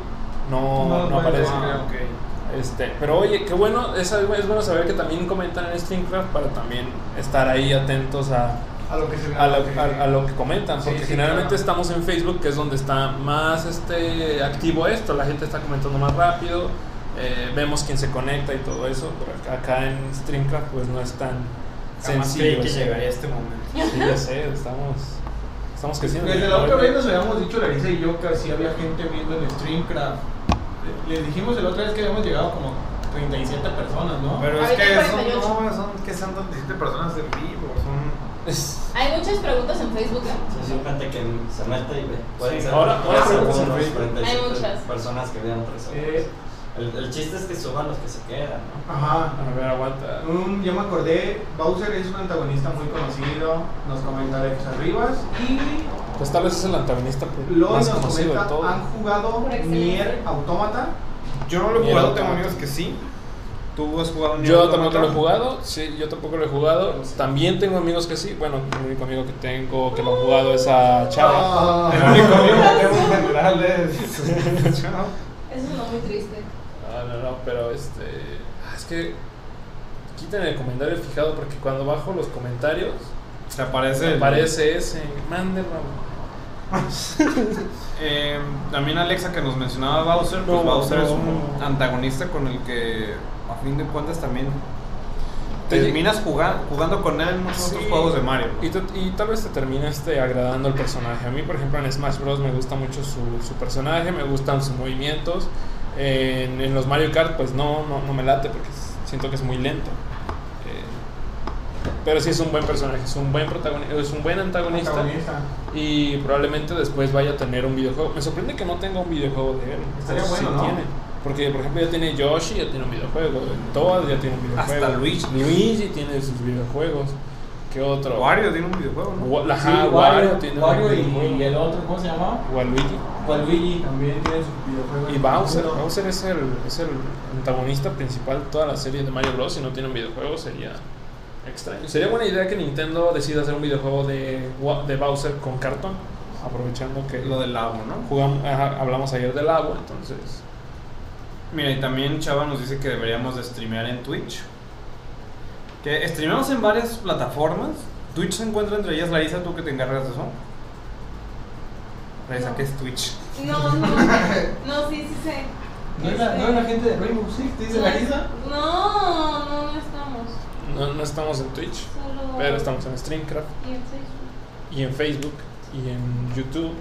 no, no, no aparece. aparece. Ah, ok. Este, pero oye, qué bueno, es, algo- es bueno saber que también comentan en Streamcraft para también estar ahí atentos a, A lo que se a, lo, a- a lo que comentan, Sí, porque sí, generalmente claro. estamos en Facebook, que es donde está más este, activo esto, la gente está comentando más rápido, eh, vemos quién se conecta y todo eso, pero acá, acá en Streamcraft pues no es tan Jamás creí sencillo. que eso. ¿eh? llegaría este momento. Sí, ya sé, estamos, estamos creciendo. Desde la otra vez nos habíamos dicho, Larisa y yo, que sí había gente viendo en StreamCraft. Le- Les dijimos la otra vez que habíamos llegado como 37 personas, ¿no? Pero es Ahorita que son, 48. no, son que son 17 personas en vivo, son... Hay muchas preguntas en Facebook. ¿eh? Sí, sí, un gente que se mete y ve. Sí, Pueden ser ahora- ahora tres creo que se segundos, ve. 47 Hay muchas. personas que vean tres segundos. Eh, El, el chiste es que suban los que se quedan, ¿no? ajá. A ver, aguanta. Un, ya me acordé, Bowser es un antagonista muy conocido, nos comenta Alex Arribas y Pues tal vez es el antagonista pues, Lloyd más nos conocido de comenta, todo. ¿han jugado Por excelencia. Nier Automata? Yo no lo he Miedo. jugado, tengo amigos que sí. ¿Tú has jugado Nier Yo Automata? tampoco lo he jugado, sí, yo tampoco lo he jugado. También tengo amigos que sí. Bueno, el único amigo que tengo que lo ha jugado es a Chava. Ah, El [LAUGHS] único amigo que tengo en general es... [LAUGHS] Eso es no muy triste. Ah, no, no, pero este. ah, Es que. Quiten el comentario fijado porque cuando bajo los comentarios Te aparece... el- aparece ese. Mándenlo. Eh, también Alexa que nos mencionaba Bowser, pues No, Bowser es no. un antagonista con el que a fin de cuentas también Te- terminas jugar, jugando con él en muchos otros Sí. juegos de Mario. ¿no? Y, te- y tal vez te termine este, agradando el personaje. A mí, por ejemplo, en Smash Bros. me gusta mucho su, su personaje, me gustan sus movimientos. En, en los Mario Kart, pues no, no, no me late porque s- siento que es muy lento. Eh, Pero sí es un buen personaje, es un buen protagonista, es un buen antagonista. Protagonista. Y probablemente después vaya a tener un videojuego. Me sorprende que no tenga un videojuego de él. Estaría Pues, bueno, ¿no? Porque, por ejemplo, ya tiene Yoshi, ya tiene un videojuego. Toad ya tiene un videojuego. Hasta Luigi. Luigi tiene sus videojuegos. ¿Qué otro? Wario tiene un videojuego, ¿no? Wa- ajá, Sí, Wario tiene un Wario y, videojuego. y el otro, ¿cómo se llamaba? Waluigi. Waluigi también tiene su videojuego. Y Bowser, Uno. Bowser es el, es el antagonista principal de toda la serie de Mario Bros. Si no tiene un videojuego sería extraño. Sería buena idea que Nintendo decida hacer un videojuego de, Wa- de Bowser con cartón, aprovechando que Lo del lago, ¿no? jugam- ajá, hablamos ayer del agua, entonces... Mira, y también Chava nos dice que deberíamos de streamear en Twitch. Que streameamos en varias plataformas. Twitch se encuentra entre ellas. Larisa, tú que te encargas de eso. Larisa, No. ¿qué es Twitch? No, no. No, sí, sí sé. ¿No es, la, ¿No es la gente de Rainbow Six? ¿Dice No, la Lisa? [LAUGHS] No, no, no estamos. No, no estamos en Twitch, Solo. pero estamos en StreamCraft y en Facebook. y en Facebook y en YouTube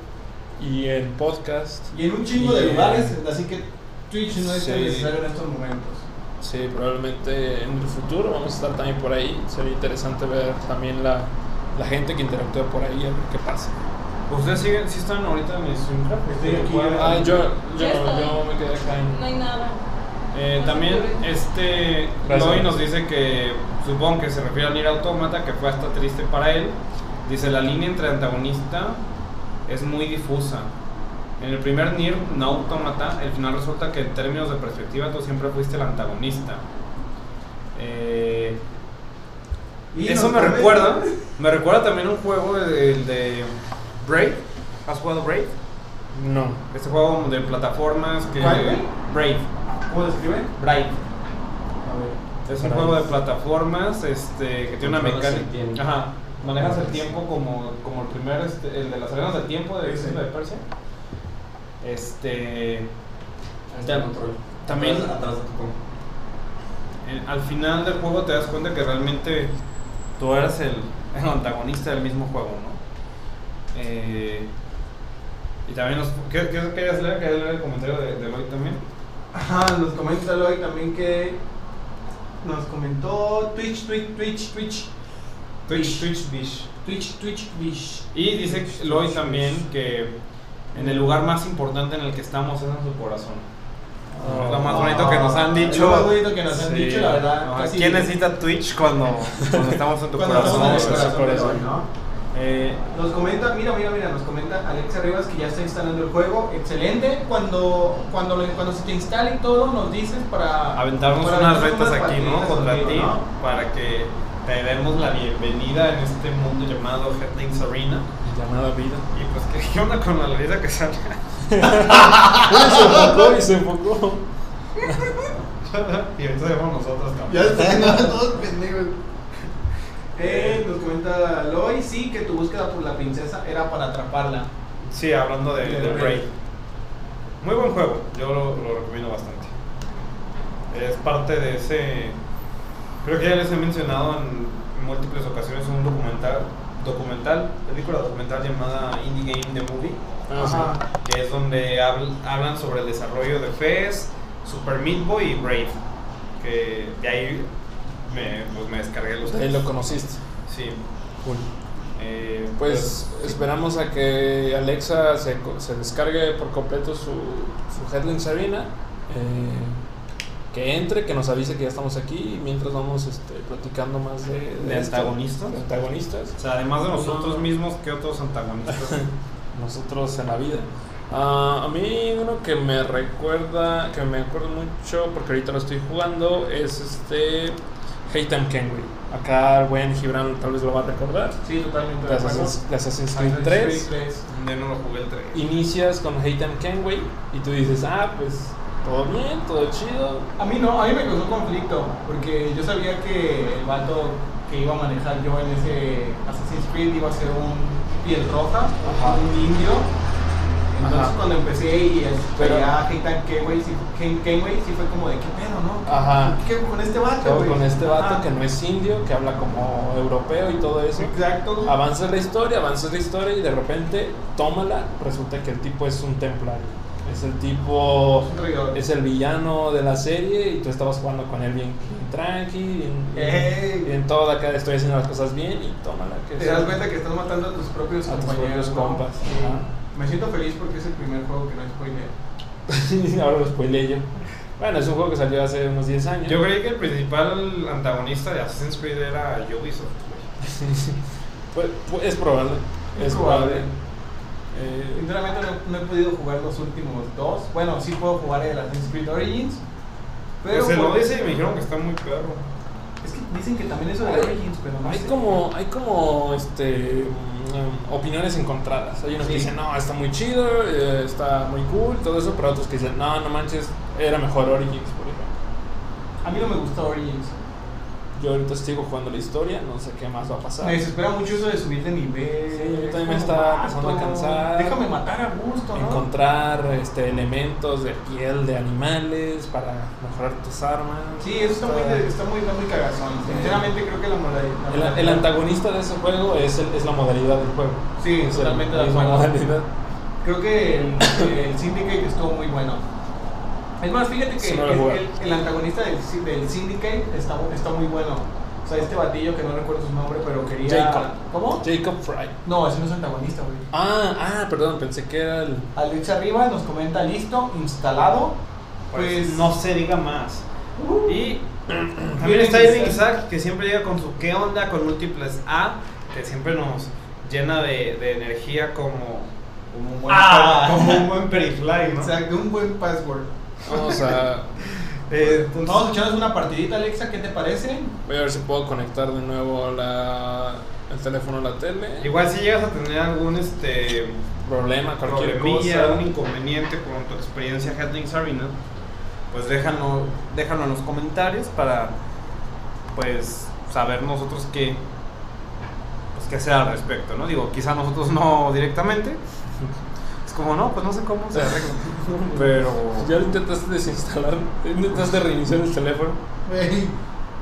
y en podcast. Y en un chingo de eh, Y- lugares, así que Twitch no es Sí. tan necesario en estos momentos. Sí, probablemente en el futuro vamos a estar también por ahí. Sería interesante ver también la, la gente que interactúa por ahí, a ver qué pasa. ¿Ustedes siguen, sí están ahorita en el StreamCraft? Estoy aquí, ¿Cuál? ya. Ah, yo, yo, Ya no, estoy. yo me quedé acá No en... hay nada. Eh, también este Gracias. Loy nos dice que supongo que se refiere al Nier Automata, que fue hasta triste para él. Dice la línea entre antagonista es muy difusa. En el primer Nier no Automata, el final resulta que en términos de perspectiva tú siempre fuiste el antagonista. Eh, Y eso nos me pone- recuerda, me recuerda también un juego el de Brave. ¿Has jugado Brave? No. Este juego de plataformas que ¿Cuál, güey? Brave, ¿Cómo se escribe? Brave. A ver. Es un Para juego de ellos. plataformas este, que tiene una Controlas el mecánica. tiempo. Ajá, manejas el tiempo como, como el primer, este, el de las arenas del tiempo de Sí, sí. Príncipe de Persia. Este, Está en control. También- Atrás atrás de tu compu. el- al final del juego te das cuenta que realmente tú eres el, el antagonista del mismo juego, ¿no? Eh, y también nos. ¿qué, qué querías leer? ¿Querías leer el comentario de, de Lloyd también? Ajá, nos comenta Loy también que nos comentó Twitch, Twitch, Twitch, Twitch, Twitch, Twitch, Dish. Twitch, Twitch, Twitch. Y dice Lloyd también que en el lugar más importante en el que estamos es en su corazón. Es lo más bonito que nos han dicho. Ah, Lo más bonito que nos han dicho, la verdad. No, casi- ¿Quién necesita Twitch cuando, cuando estamos en tu Cuando corazón? estamos en el en su corazón de corazón. Loy, ¿no? Eh, Nos comenta, mira, mira, mira, nos comenta Alexa Rivas que ya está instalando el juego. Excelente. Cuando, cuando, lo- cuando se te instale y todo, nos dices para. aventarnos para unas retas aventarnos unas aquí, ¿no? partiditas Contra contigo, ti, ¿no? para que te demos la bienvenida en este mundo llamado Headlings Arena. Llamada vida. Y pues, ¿qué- ¿qué onda con la vida que [LAUGHS] sale? Uy, se enfocó [LAUGHS] y se enfocó. y ahorita vemos nosotros Ya también. está, todos pendejos. [LAUGHS] Eh, nos comenta Loy, sí, que tu búsqueda por la princesa era para atraparla. Sí, hablando de, De de Prey. Prey. Muy buen juego, yo lo, lo recomiendo bastante. Es parte de ese. Creo que ya les he mencionado en múltiples ocasiones un documental, documental película documental llamada Indie Game The Movie, Ah, Ajá. que es donde habl- hablan sobre el desarrollo de Fez, Super Meat Boy y Brave. Que de ahí me, pues me descargué los sí. Ahí tres. lo conociste. Sí. Cool. Eh, Pues esperamos a que Alexa se, co- se descargue por completo su, su Headlines Arena. eh, que entre, que nos avise que ya estamos aquí. Y mientras vamos este, platicando más de, ¿De esto. antagonistas? De antagonistas. O sea, además de nosotros mismos, ¿qué otros antagonistas? [LAUGHS] Nosotros en la vida. Ah, a mí uno que me recuerda, que me acuerdo mucho, porque ahorita lo estoy jugando, es este Haytam Kenway. Acá el buen Gibran tal vez lo va a recordar. Sí, totalmente. De de acuerdo. Assassin's, de Assassin's Creed Assassin's 3. Creed 3. Yo no lo jugué el 3. inicias con Haytham Kenway y tú dices, ah, pues todo bien, todo chido. A mí no, a mí me causó conflicto, porque yo sabía que el vato que iba a manejar yo en ese Assassin's Creed iba a ser un piel roja, Ajá. un indio. Entonces Ajá. cuando empecé y Pero- pero a Heitan Kenway, sí- Ken- Kenway sí fue como de qué pedo, ¿no? Ajá. ¿Qué pedo con este vato? Luego güey? con este vato Ajá. que no es indio, que habla como europeo y todo eso. Exacto. Avanzas la historia, avanzas la historia y de repente, tómala, resulta que el tipo es un templario. es el tipo, Es un traidor. es el villano de la serie y tú estabas jugando con él bien, bien tranqui, bien, Ey. bien, bien todo acá, estoy haciendo las cosas bien y tómala. Que Te sea- das cuenta que estás matando a tus propios A tus compañeros. propios ¿no? compas, Sí. ajá. Me siento feliz porque es el primer juego que no es spoiler. [LAUGHS] Ahora lo spoilé yo. Bueno, es un juego que salió hace unos 10 años. Yo creí que el principal antagonista de Assassin's Creed era Ubisoft. güey. Pues- pues es probable. Es Es probable. probable. Eh, Sinceramente no, no he podido jugar los últimos dos. Bueno, sí puedo jugar el Assassin's Creed Origins. Pero Pues se lo pues, dice y me dijeron que está muy perro. es que dicen que también eso de Hay- Origins, pero no hay sé. como, hay como este, mm, opiniones encontradas. Hay unos que Sí. dicen, no, está muy chido, eh, está muy cool, todo eso, pero otros que dicen, no, no manches, era mejor Origins, por ejemplo. A mí no me gusta Origins. Yo ahorita sigo jugando la historia, no sé qué más va a pasar. Me desespera mucho eso de subir de nivel. Sí, a mí Es también me como, está "Vato, empezando a cansar". Déjame matar a gusto, ¿no? Encontrar este, elementos de piel de animales para mejorar tus armas. Sí, eso está muy, de- está muy, está muy cagazón. Sinceramente creo que la modalidad. El, el antagonista de ese juego es, el- es la modalidad del juego. Sí, Es el- totalmente de es la acuerdo. modalidad. Creo que el, el Syndicate estuvo muy bueno. Es más, fíjate que Sí, el, no lo he jugado. el- el antagonista del, Sy- del Syndicate está, está muy bueno. O sea, este batillo que no recuerdo su nombre, pero quería. Jacob. ¿Cómo? Jacob Fry. No, ese no es antagonista, güey. Ah, ah, perdón, pensé que era el. Alex arriba nos comenta listo, instalado. Pues. no se diga más. Uh, Y [CLEARS THROAT] también Bien, está Irving Isaac. Isaac, que siempre llega con su qué onda con múltiples A, que siempre nos llena de, de energía como, como un buen ah, pa- como un [LAUGHS] buen perifly, ¿no? Exacto, un buen password. Pues, Vamos a. Eh, Vamos a entonces, echarnos una partidita, Alexa, ¿qué te parece? Voy a ver si puedo conectar de nuevo la, el teléfono a la tele. igual si llegas a tener algún este Problema, cualquier problemilla, cosa. algún inconveniente con tu experiencia Headlings Arena, pues déjalo, déjalo en los comentarios para pues saber nosotros qué pues qué hacer al respecto, ¿no? Digo, quizá nosotros no directamente. Es como no, pues no sé cómo se arregla. Pero Ya lo intentaste desinstalar, intentaste reiniciar el teléfono. Güey,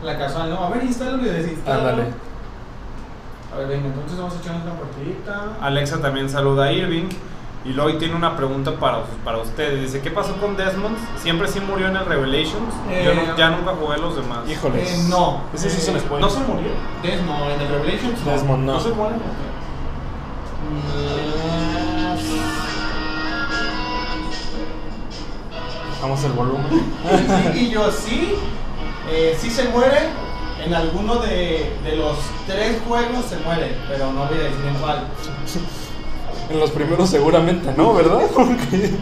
La casual, ¿no? A ver, instálalo y desinstálalo. Ándale. A ver, venga, entonces vamos a echarnos una partidita. Alexa también saluda a Irving y Lloyd tiene una pregunta para, para ustedes. Dice, ¿qué pasó con Desmond? Siempre sí murió en el Revelations. Yo Eh, nu- ya nunca jugué los demás. Híjoles. Eh, no. Ese sí es un Eh, spoiler. ¿No se murió? Desmo, en el Revelations. Desmond, no. No se muere. Mm, Vamos al volumen. y- y yo sí, eh, sí se muere. En alguno de, de los tres juegos se muere, pero no voy a decir en cuál. En los primeros seguramente no, ¿verdad? [LAUGHS] Porque.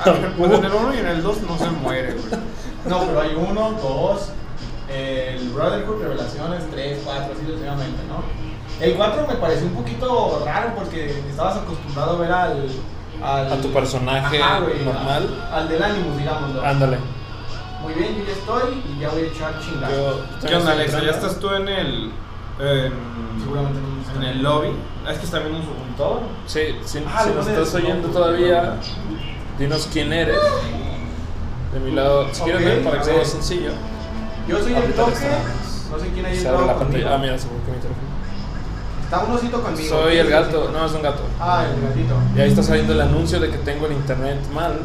Ah, [LAUGHS] pues en el 1 y en el 2 no se muere, güey. No, pero hay uno, dos, el Brotherhood Revelaciones, tres, cuatro, así sucesivamente, ¿no? El cuatro me pareció un poquito raro porque estabas acostumbrado a ver al. al- A tu personaje Ajá, güey, normal. Al, al del Animus, digámoslo. Ándale. Muy bien, yo ya estoy y ya voy a echar chingas. Yo- ¿Qué onda, Alexa? ¿Ya estás tú en el. en- Seguramente no me está en el viendo. lobby? Ah, ¿Es que está viendo su computador? Sí, si, Ah, si lo nos pones- estás oyendo no, todavía, dinos quién eres. De mi lado, si quieres Ok, ver Ah, para que a sea más ver. sencillo. Yo soy el Ahorita toque. regresamos. No sé quién hay Se el abre la toque. pantalla. Ah, mira, seguro que mi teléfono. Está un osito conmigo. Soy el gato, no, es un gato. Ah, el gatito. Y ahí está saliendo el anuncio de que tengo el internet mal.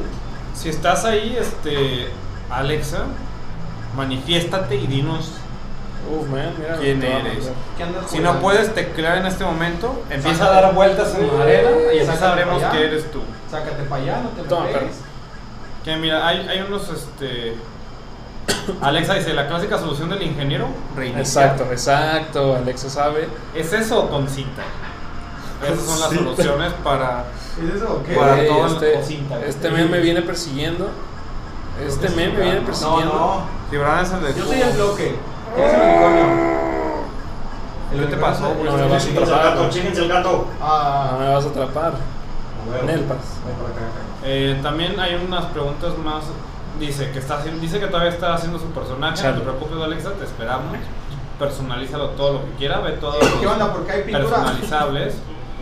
Si estás ahí, este. Alexa, manifiéstate y dinos. Uf, man, mira. ¿Quién te va a eres? mandar. ¿Qué andas Si no jugando? puedes teclear en este momento, empieza a dar vueltas en la arena y así sabremos que eres tú. Sácate para allá, no te Toma, me pegues. Que mira, hay, hay unos este. [COUGHS] Alexa dice, la clásica solución del ingeniero, reiniciar. Exacto, exacto. Alexa sabe. ¿Es eso o con cinta? Esas son las Con cinta. soluciones para. ¿Es eso o qué? Para Ey, todo el cosita, este, güey. este meme me viene persiguiendo. Este Sí, meme me viene no, persiguiendo. No, Gibran es el de Yo soy el Cubo. bloque. ¿Qué es el unicornio? ¿Qué te pasó, güey? No me vas a Chinguense el atrapar. gato, No chinguense el gato. No Ah, me vas a atrapar. A ver. Nelpas. Ven por acá, acá. Eh, también hay unas preguntas más. Dice que está haciendo- dice que todavía está haciendo su personaje. Chale. No te preocupes, Alexa, te esperamos. Personalízalo todo lo que quiera, ve todo. ¿Qué onda? Porque hay pintura. Personalizables.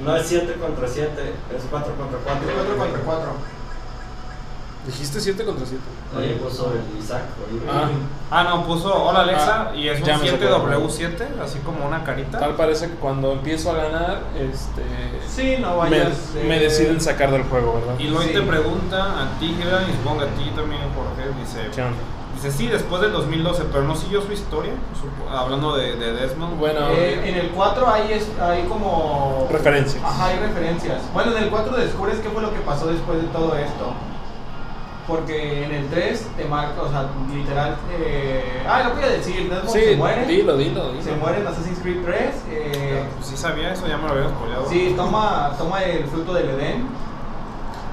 No es 7 contra 7, es 4 contra 4. 4 contra 4. Dijiste 7 contra 7. Oye, puso el Isaac. oye. Ah, Ah, no, puso hola Alexa Ah, y es un ya me acuerdo. 7W7, así como una carita. tal parece que cuando empiezo a ganar, este. Sí, no me, vayas. eh, me deciden sacar del juego, ¿verdad? Y luego Sí. te pregunta a ti, Gibran, y supongo que a ti también, Jorge, dice... ¿Qué onda? Dice, sí, después del 2012, pero no siguió su historia, supo- hablando de, de Desmond. Bueno. eh, en el 4 hay, es- hay como. Referencias. Ajá, hay referencias. Bueno, en el 4 descubres qué fue lo que pasó después de todo esto. Porque en el 3 te marca, o sea, literal. Eh, ah, lo voy a decir, Desmond Sí, se muere. dilo, dilo, dilo. Se muere en Assassin's Creed 3. Eh, Pues sí sabía eso, ya me lo había spoileado. sí, toma, toma el fruto del Edén.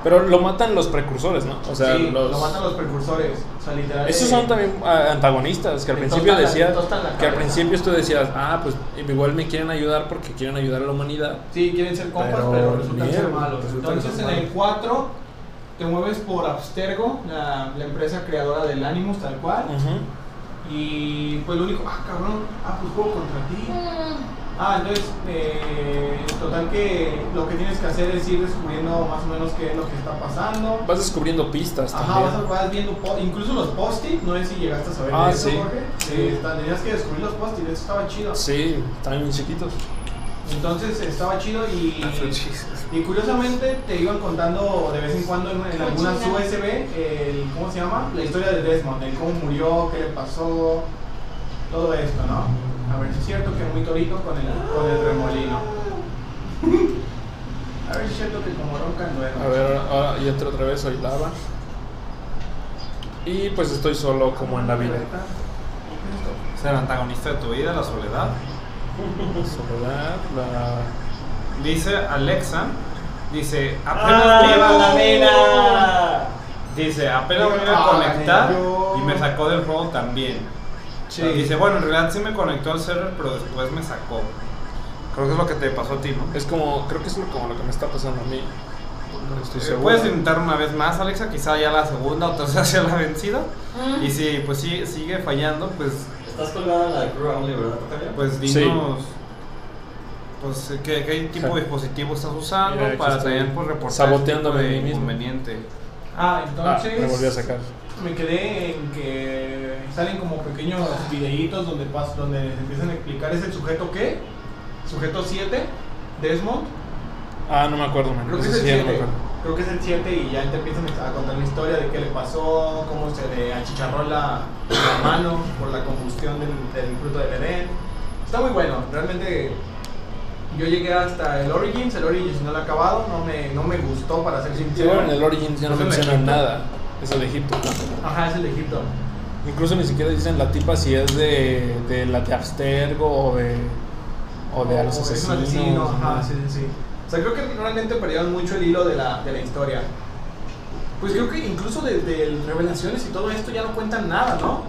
Pero lo matan los precursores, ¿no? O sea, sí, los. lo matan los precursores. O sea, literal. Esos eh, son también ah, antagonistas, que al Le principio tostan la- le decías, tostan la que al cabeza. principio tú decías, ah, pues igual me quieren ayudar porque quieren ayudar a la humanidad. Sí, quieren ser compas, Pero pero, resultan bien, ser malos. resultan Entonces ser en malos. el 4 te mueves por Abstergo, la, la empresa creadora del Animus, tal cual. Ah. Y pues lo único, ah, cabrón, ah, pues juego contra ti. Ah, entonces, eh, total que lo que tienes que hacer es ir descubriendo más o menos qué es lo que está pasando. Vas descubriendo pistas Ajá, también. vas, vas viendo, po- incluso los post-it, no sé si llegaste a saber Ah, de eso, sí. Jorge. Sí, está- tenías que descubrir los post-it, eso estaba chido. Sí, están bien chiquitos. Ah, Entonces estaba chido y, y curiosamente te iban contando de vez en cuando en, en algunas Mochila. USB, el, ¿cómo se llama? La historia de Desmond, el cómo murió, qué le pasó, todo esto, ¿no? A ver si es cierto que es muy torito con el, con el remolino. [LAUGHS] A ver si es cierto que como ronca no A ver, ahora y otra otra vez, soy Lava. Y pues estoy solo como en la vida. Es el antagonista de tu vida, la soledad. Soledad, la... Dice Alexa, dice, apenas me iba ¡Ah, la mina! mira! Dice, apenas me iba Ah, a conectar yo- y me sacó del juego también. Sí. Dice, bueno, en realidad sí me conectó al server, pero después me sacó. Creo que es lo que te pasó a ti, ¿no? Es como, creo que es lo- como lo que me está pasando a mí. No estoy Eh, seguro. Puedes intentar una vez más, Alexa, quizá ya la segunda o tercera [LAUGHS] sea la vencida. Y si pues sí, sigue fallando, pues, Estás colgada en la de Crew Only, ¿verdad, Tocayo? pues Sí. dinos pues, eh, ¿qué, qué tipo de dispositivo estás usando Mira, aquí para estoy también pues, reportar saboteándome a este mí tipo de mismo. inconveniente. Ah, Ah, entonces... me volví a sacar. Me quedé en que salen como pequeños videitos donde, pas- donde les empiezan a explicar es el sujeto qué, sujeto 7, Desmond, Ah, no me acuerdo, man. creo que Eso es el sí, ya no me 7, acuerdo. creo que es el 7 y ya te empiezan a contar la historia de qué le pasó, cómo se le achicharró la, la mano por la combustión del, del fruto del Edén. Está muy bueno, realmente yo llegué hasta el Origins, el Origins no lo he acabado, no me, no me gustó para ser Sí, sincero. bueno, en el Origins ya no Es el de mencionan Egipto. nada. Es el de Egipto. ¿no? Ajá, es el de Egipto. Incluso ni siquiera dicen la tipa si es de, de la de Abstergo o de, o de a los O Oh, es asesinos. un asesino, ajá, ¿no? sí, sí, sí. O sea, creo que realmente perdieron mucho el hilo de la, de la historia. Pues creo que incluso de, de revelaciones y todo esto ya no cuentan nada, ¿no?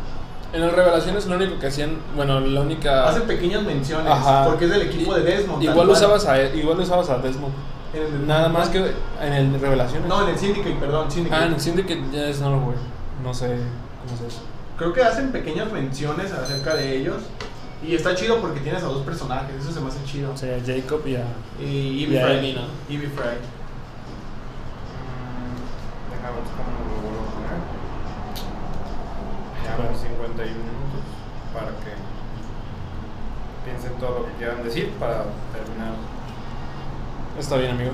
En las revelaciones lo único que hacían, bueno, la única... Hacen pequeñas menciones, Ah. Ajá. porque es del equipo de Desmond. tal Igual cual. usabas, a, igual usabas a Desmond. En el- Nada más que en el de revelaciones. No, en el Syndicate, perdón, Syndicate. Ah, en el Syndicate ya es no, güey. No sé cómo se hace. Creo que hacen pequeñas menciones acerca de ellos. Y está chido porque tienes a dos personajes, eso se me hace chido. O sea, a Jacob y a... Y Y Evie a Fry. Ellie, ¿no? Evie Fry. Déjame ver cómo lo vuelvo a poner. Ya van 51 minutos para que piensen todo lo que quieran decir para terminar. Está bien, amigo.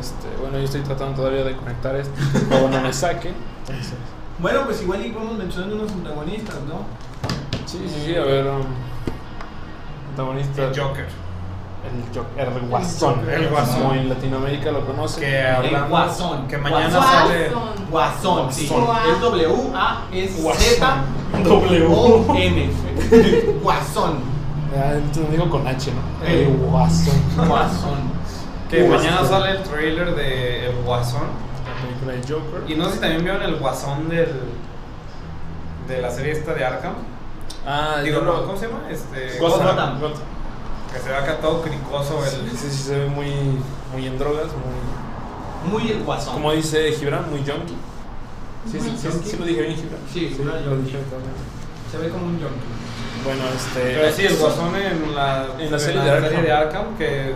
Este, bueno, yo estoy tratando todavía de conectar esto. Pero no me saque. Entonces, Bueno, pues igual y vamos mencionando unos protagonistas, ¿no? sí, sí, sí, a ver... um, antagonista... El Joker. El, jo- el guasón. El Guasón. Como en Latinoamérica lo conoce. Que hablando, Guasón. Que mañana Guasón. sale. Guasón, sí. Guasón. Es W-A-S-Z. [LAUGHS] W. O-N. Guasón. Ah, entonces lo digo con H, ¿no? Eh. El guasón. Guasón. Que Guasón. mañana sale el trailer de El Guasón. La película de Y Joker. no sé si también vieron El Guasón del. de la serie esta de Arkham. Ah, Digo, yo no, ¿cómo se llama? Este. Gotham. Gotham. Gotham. Que se ve acá todo cricoso el. Sí, sí, sí, se ve muy, muy en drogas, muy... Muy el guasón. Como dice Gibran, muy junkie. Sí, sí, Muy sí, junkie. sí lo dije bien, Gibran. Sí, una lo junkie. dije también. Se ve como un junkie. Bueno, este... Pero sí, el guasón en la, En la serie de Arkham. serie de Arkham, que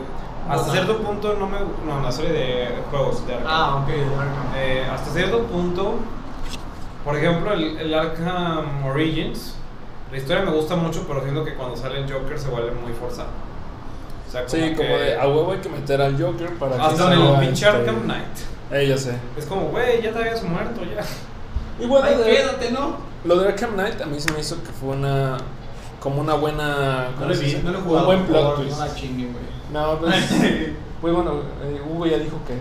hasta Ajá. cierto punto no me. No, en la serie de juegos de Arkham. Ah, ok, de Arkham. Eh, hasta Eh, cierto punto Por ejemplo, el, el Arkham Origins, la historia me gusta mucho, pero siento que cuando sale el Joker se vuelve muy forzado. O sea, Sí, como que- de "Ah, a huevo hay que meter al Joker para que Hasta en salga, el pinche este, Arkham Knight. Eh, ya sé. Es como, güey, ya te habías muerto ya. Y bueno, Ay, de- quédate, ¿no? lo de Arkham Knight a mí se me hizo que fue una. Como una buena. ¿cómo se dice? No lo he jugado. Un buen por plot favor, twist. No la chingue, güey. No, pues. [LAUGHS] Pues bueno, eh, Hugo ya dijo que,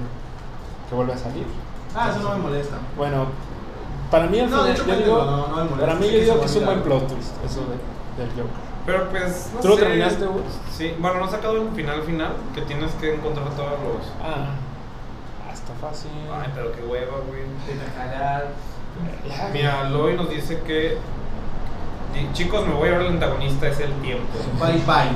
que vuelve a salir. Ah, eso no me molesta. Bueno, para mí, al No, de final, yo hecho, cuéntalo, digo, no, no me molesta, para mí sé yo que digo se que es un buen olvida. plot twist, eso de- del Joker. Pero pues. No ¿Tú lo sé. terminaste, Hugo? Sí, bueno, no has sacado el final final, que tienes que encontrar todos los. Ah, hasta fácil. Ay, pero qué hueva, güey. Vete a cagar. Ya. Mira, Loy nos dice que. di- Chicos, me voy a ver el antagonista, es el tiempo. Bye, bye.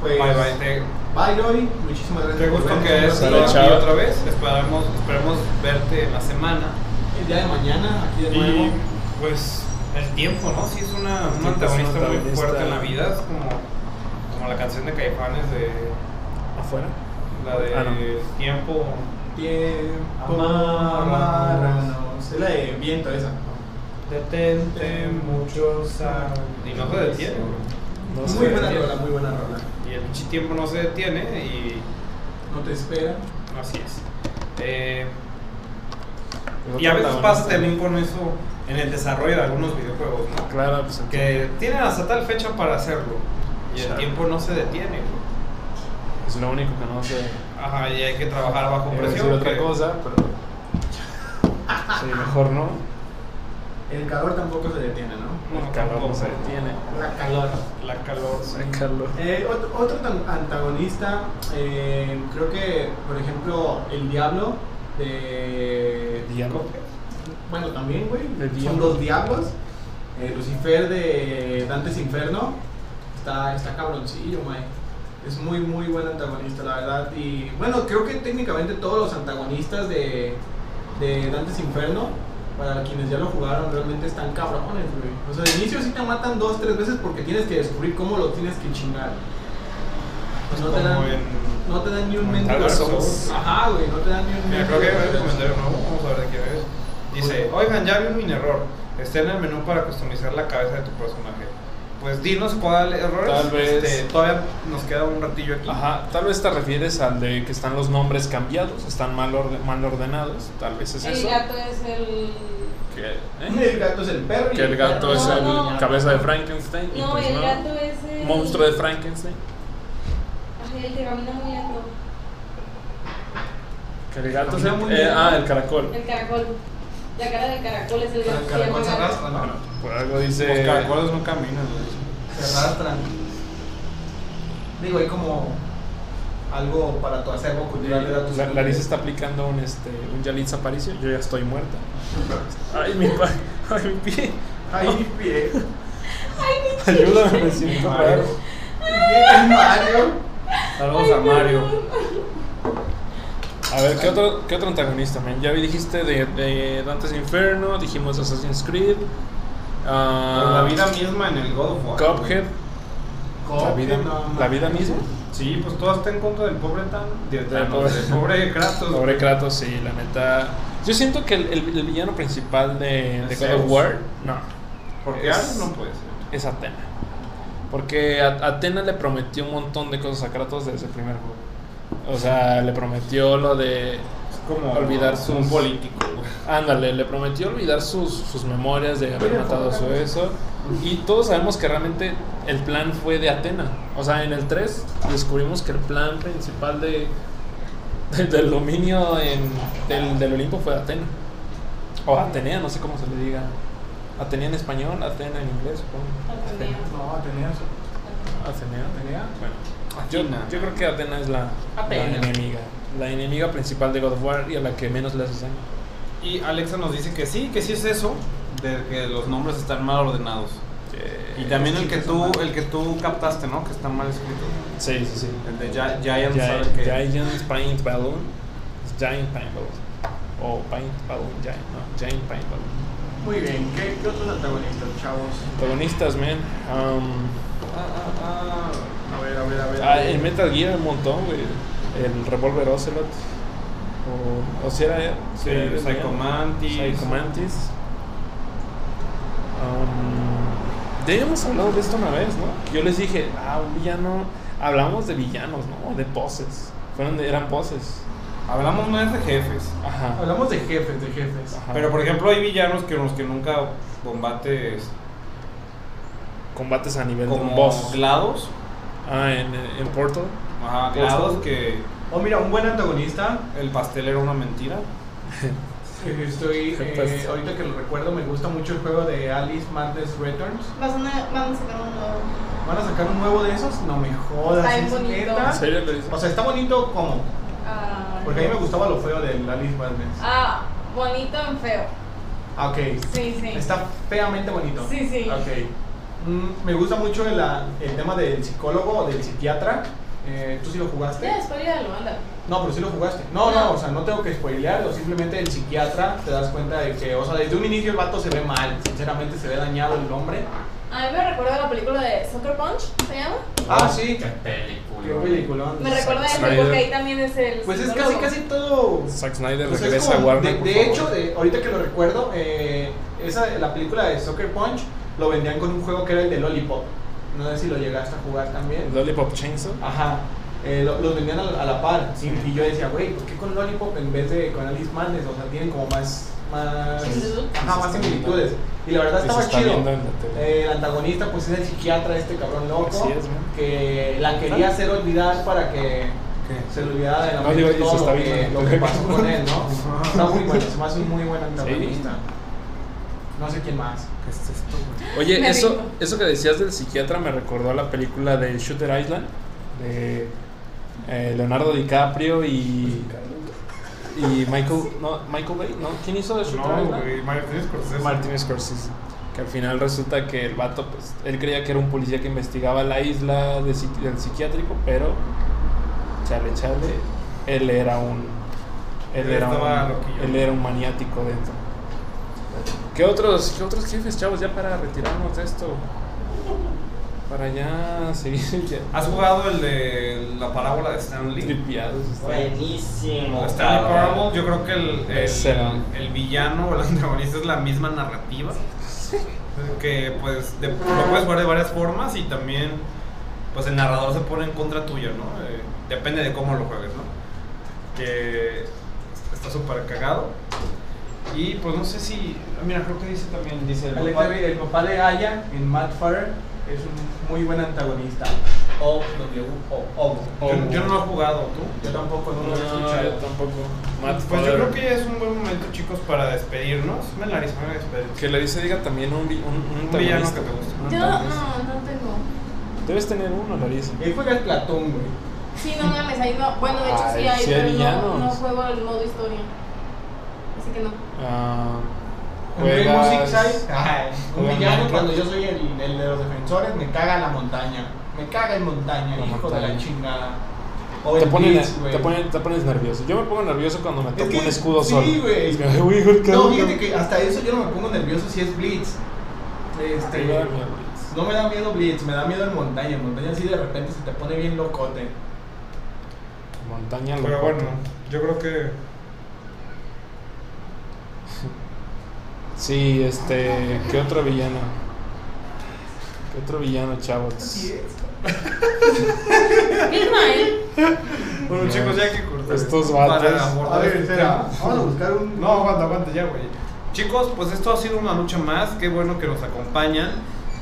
Pues, Bye bye. Te, Bye, Lori. Muchísimas gracias. te por gusto vernos. que es Sale, Loy aquí chao. otra vez. Esperamos, esperemos verte en la semana. El día de mañana, aquí de nuevo. Y pues el tiempo, ¿no? Sí, es una, Sí, un pues, un antagonista muy antagonista. fuerte en la vida. Es como, como la canción de Caifanes de. ¿Afuera? La de Ah, no. tiempo. Tiempo, Amárranos. amárranos. Es la de viento esa. Detente muchos Y no se detiene, güey. No muy sé. buena rola, muy buena rola. Y el pinche tiempo no se detiene y No te espera. así es. Eh, El y a veces pasa protagonista. también con eso en el desarrollo de algunos videojuegos, ¿no? Claro, pues el Que tienen hasta tal fecha para hacerlo. Y el Claro. tiempo no se detiene, güey. que es lo único que no sé. Ajá, y hay que trabajar bajo Iba a decir presión. otra que- cosa, pero. Sí, mejor no. El calor tampoco se detiene, ¿no? No, El calor tampoco. no se detiene. La calor. La calor. sí. El calor. Eh, otro, otro tan- antagonista, eh, creo que, por ejemplo, el diablo de... Diablo. Bueno, también, güey. El Son diablo. dos diablos. Eh, Lucifer de Dantes Inferno. Está, está cabroncillo, güey. Es muy, muy buen antagonista, la verdad. Y bueno, creo que técnicamente todos los antagonistas de, de Dantes Inferno, para quienes ya lo jugaron, realmente están cabrones, güey. O sea, de inicio sí te matan dos, tres veces porque tienes que descubrir cómo lo tienes que chingar. Pues no, te dan, Como en- no te dan ni un como en mendigo. Dark Souls. Ajá, güey, no te dan ni un Mira, creo que hay un mendigo. comentario nuevo, vamos a ver de quién es. Dice, oigan, ya vi un mini error. Está en el menú para customizar la cabeza de tu personaje. Pues dinos cuál error es. Tal vez. Este, todavía nos queda un ratillo aquí. Ajá, tal vez te refieres al de que están los nombres cambiados, están mal, orde- mal ordenados, tal vez es El eso. gato es el. Que, ¿eh? El gato es el perro. y Que el gato perro es No, el no. cabeza de Frankenstein. y No, pues el no. gato es el. Monstruo de Frankenstein. Ay, el que camina muy lento. Que el gato es Camina el. muy eh, bien. ah, el caracol. El caracol. La cara del caracol es el gato. El se llama Ah, caracol se gato. arrastra, ¿no? Por algo dice. Los caracoles no caminan. Se arrastran. Digo, hay como algo para tu acervo cultural de datos. La, Larisa está aplicando un, este, un Yalitza Aparicio. Yo ya estoy muerta. Ay, mi, pa- [LAUGHS] ay, mi pie. Ay, mi pie. Ayúdame, me siento Mario. raro. Mi Mario. Saludos a Mario. A ver, ¿qué otro, qué otro antagonista, man? Ya vi- dijiste de, de Dante's Inferno, dijimos Assassin's Creed. Pero ah, la vida misma en el God of War. Cuphead. La vida, No, no. la vida misma. Sí, pues todo está en contra del pobre Thanos. Del Del Thanos, pobre- del pobre Kratos. Sobre Kratos, sí, la neta. Yo siento que el, el- el villano principal de, de God of Zeus. War, no, Porque Es- Ares no puede ser. es Atena. Porque a- Atena le prometió un montón de cosas a Kratos desde el primer juego. O sea, le prometió lo de Es como Olvidar un sus- político. güey. Ándale, le prometió olvidar sus, sus memorias de haber Pero, matado a su ¿cómo? eso. Y todos sabemos que realmente el plan fue de Atena. O sea, en el 3 descubrimos que el plan principal de, de- del dominio en, del, del Olimpo fue de Atena. O Atenea, no sé cómo se le diga. Atenea en español, Atena en inglés, supongo. Atenea. No, tenía eso. Atenea. Tenía. Bueno, yo, Atena. yo creo que Atena es la, la Atena. enemiga. La enemiga principal de God of War y a la que menos le hace daño. Y Alexa nos dice que sí, que sí es eso, de que los nombres están mal ordenados. Y también el que tú, el que tú captaste, ¿no? Que está mal escrito. Sí, sí, sí. El de Gi- Giant Gi- sabe que Giant Paint Balloon. Es Giant Paint Balloon. O Paint Balloon Giant. No, Giant Paint Balloon. Muy bien. ¿Qué, qué otros antagonistas, chavos? Protagonistas, man. Um, Ah, A ver, a ver, a ver. a ah, ver. en Metal Gear un montón, güey. El Revolver Ocelot. O, o si era. si Sí, era- Psycho Mantis. Psycho Mantis. Um, ya habíamos hablado de esto una vez, ¿no? Yo les dije, ah, un villano. Hablamos de villanos, ¿no? De poses. Fueron de- eran poses. Hablamos más de jefes. Ajá. Hablamos de jefes, de jefes. Ajá. Pero por ejemplo hay villanos que los que nunca combates combates a nivel de un como boss. glados. Ah, en, en Portal. Ajá, glados que Oh, mira, un buen antagonista. el pastel era una mentira. que Estoy, eh, Pues- ahorita que lo recuerdo, me gusta mucho el juego de Alice Madness Returns. Vas a una- vamos a sacar un nuevo. ¿Van a sacar un nuevo de esos? No me jodas. Está bien ¿es bonito. neta? ¿En serio lo dices? O sea, está bonito como. Ah, Porque a mí me gustaba lo feo del Alice Madness. Ah, bonito en feo. Ah, ok. Sí, sí. Está feamente bonito. Sí, sí. Ok. Mm, me gusta mucho el, ah, el tema del psicólogo o del psiquiatra. Eh, ¿Tú sí lo jugaste? Ya, spoilealo, anda. No, pero sí lo jugaste. No, no, No. o sea, no tengo que spoilearlo. Simplemente el psiquiatra te das cuenta de que, o sea, desde un inicio el vato se ve mal. Sinceramente se ve dañado el hombre. A mí me recuerda a la película de Soccer Punch, ¿se llama? Ah, sí. Qué película. Qué peliculón. Me recuerda a eso Snyder. porque ahí también es el. Pues es casi, psicólogo. casi todo. Zack Snyder Pues es regresa como- a Warner. de, por de favor. hecho, de- ahorita que lo recuerdo, eh, esa, la película de Soccer Punch lo vendían con un juego que era el de Lollipop. No sé si lo llegaste a jugar también. Lollipop Chainsaw. Ajá. Eh, lo- los vendían a, la- a la par. Y, y yo decía, güey, ¿por qué con Lollipop en vez de con Alice Madness? O sea, tienen como más. más Similitud. ajá, más similitudes. Y la verdad Y se estaba está chido. viendo en la tele. Eh, el antagonista, pues es el psiquiatra, este cabrón loco. Así es, man. que la quería hacer olvidar para que se le olvidara de la No, mente digo, y se todo está lo que, viendo. lo que pasó con él, ¿no? Está muy bueno, se me hace un muy buen antagonista. Sí. No sé quién más. Oye, Me eso, rindo. eso que decías del psiquiatra me recordó a la película de Shooter Island de eh, Leonardo DiCaprio y. Y Michael. No, Michael Bay, ¿no? ¿Quién hizo de Shooter Island? Martín Scorsese. Martin Scorsese. Que al final resulta que el vato, pues, él creía que era un policía que investigaba la isla de psiqui- del psiquiátrico, pero chale, chale, él era un. Él Él era estaba un, loquillo. él era un maniático dentro. ¿Qué otros, ¿Qué otros jefes, chavos, ya para retirarnos de esto? Para ya seguir [LAUGHS] ya ¿Has jugado el de la parábola de Stanley? tripeados. Buenísimo. Stanley cabrón. Parable, yo creo que el, Ese. el, el villano o el [LAUGHS] antagonista es la misma [LAUGHS] narrativa. Que pues de- lo puedes jugar de varias formas y también pues el narrador se pone en contra tuyo, ¿no? Eh, depende de cómo lo juegues, ¿no? Que está súper cagado. Y pues no sé si... Mira, creo que dice también, dice... el Alex papá- Berry, el papá de Aya en Matt Farrer es un muy buen antagonista. O W O O. Yo, yo no lo he jugado, ¿tú? Yo tampoco no lo No, he yo escuchado. tampoco. Matt Pues Fowler. yo creo que ya es un buen momento, chicos, para despedirnos. Me la me la despedir. Que Larissa diga también un, vi- un, un Un villano que antagonista. te guste. Un Yo antagonista. no, no tengo. Debes tener uno, Larissa. Él juega el Platón, güey. Sí, no mames, ahí no. Bueno, de hecho sí Ay, hay, sí hay pero no, villanos. no juego al modo historia. Así que no. Ah, En Rainbow Six juegas. Siege, ay, un juegas villano Minecraft. cuando yo soy el, el de los defensores me caga la montaña. Me caga en montaña, La hijo de montaña. la chingada. O Te el pones, Blitz, güey. te, ponen- te pones nervioso. Yo me pongo nervioso cuando me Es toco que- un escudo sí, solo. güey. Es que, ay, güey, ¿qué No, hago? fíjate que hasta eso yo no me pongo nervioso si es Blitz. Este, Ay, madre mía, Blitz. No me da miedo Blitz, me da miedo en montaña. En montaña sí de repente se te pone bien locote. Montaña Pero locote. bueno, yo creo que Sí, este. ¿Qué otro villano? ¿Qué otro villano, chavos? Ismael. Bueno, No. chicos, ya hay que cortar. Estos esto vatos. para abordar A ver, este espera, tema. vamos a buscar un. No, aguanta, aguanta, ya, güey. Chicos, pues esto ha sido una lucha más. Qué bueno que nos acompañan.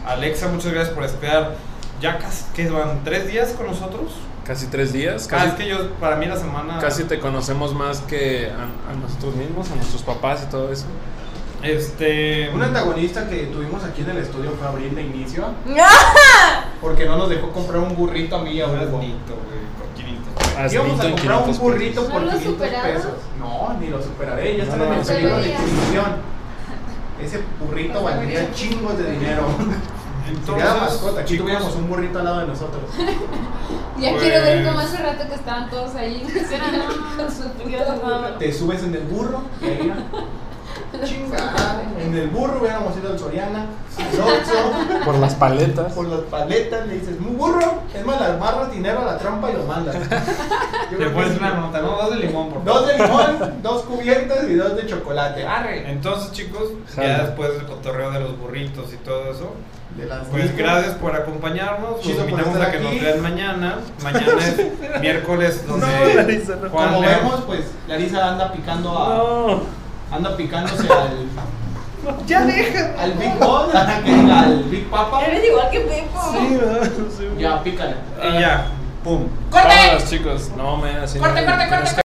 Alexa, muchas gracias por esperar. Ya casi que van tres días con nosotros. Casi tres días. Ah, Casi Casi, que yo, para mí, la semana. casi te conocemos más que a, a nosotros mismos, a nuestros papás y todo eso. Este. Un antagonista que tuvimos aquí en el estudio fue Abril de [LAUGHS] inicio, ¡Ah! porque no nos dejó comprar un burrito a mí y a Hugo. Asnito, güey, coquinito. Íbamos Asnito a en comprar un 500 burrito pesos. por ¿No lo 500 superaron? pesos. No, ni lo superaré, ya No, estaba en el no, peligro de superé. Pues, extinción. Ese burrito valdría chingos de [LAUGHS] dinero. Si hubiera mascota, aquí chicos, tuviéramos un burrito al lado de nosotros. Ya Pues- quiero ver cómo hace rato que estaban todos ahí. [LAUGHS] con su puto burro. Te subes en el [LAUGHS] burro y ahí. Chingada. En el burro hubiéramos ido al Soriana. [LAUGHS] el Oxxo, Por las [LAUGHS] paletas. por las paletas, le dices, "Mu- burro, es más, le amarras dinero a la trampa y [LAUGHS] lo mandas. Yo Te creo que pones sí. una nota, ¿no? Dos de limón, por favor. Dos de limón, dos cubiertas y dos de chocolate. Ah, Arre. Entonces, chicos, Jalo. ya después del cotorreo de los burritos y todo eso, De las pues mismas. gracias por acompañarnos. Los Chido por invitamos estar a que aquí. nos vean mañana. Mañana [LAUGHS] es miércoles, donde Larisa, no. Juan Como Leo- vemos, pues Larisa anda picando a. No. Anda picándose al. Ya deja. al Big Boss, [LAUGHS] al Big Papa. Eres igual que Pepo. Sí, Ya, pícale. Y ya, pum. ¡Corte! ah, chicos. No, me así Corte, no. corte, corte, Tenemos que-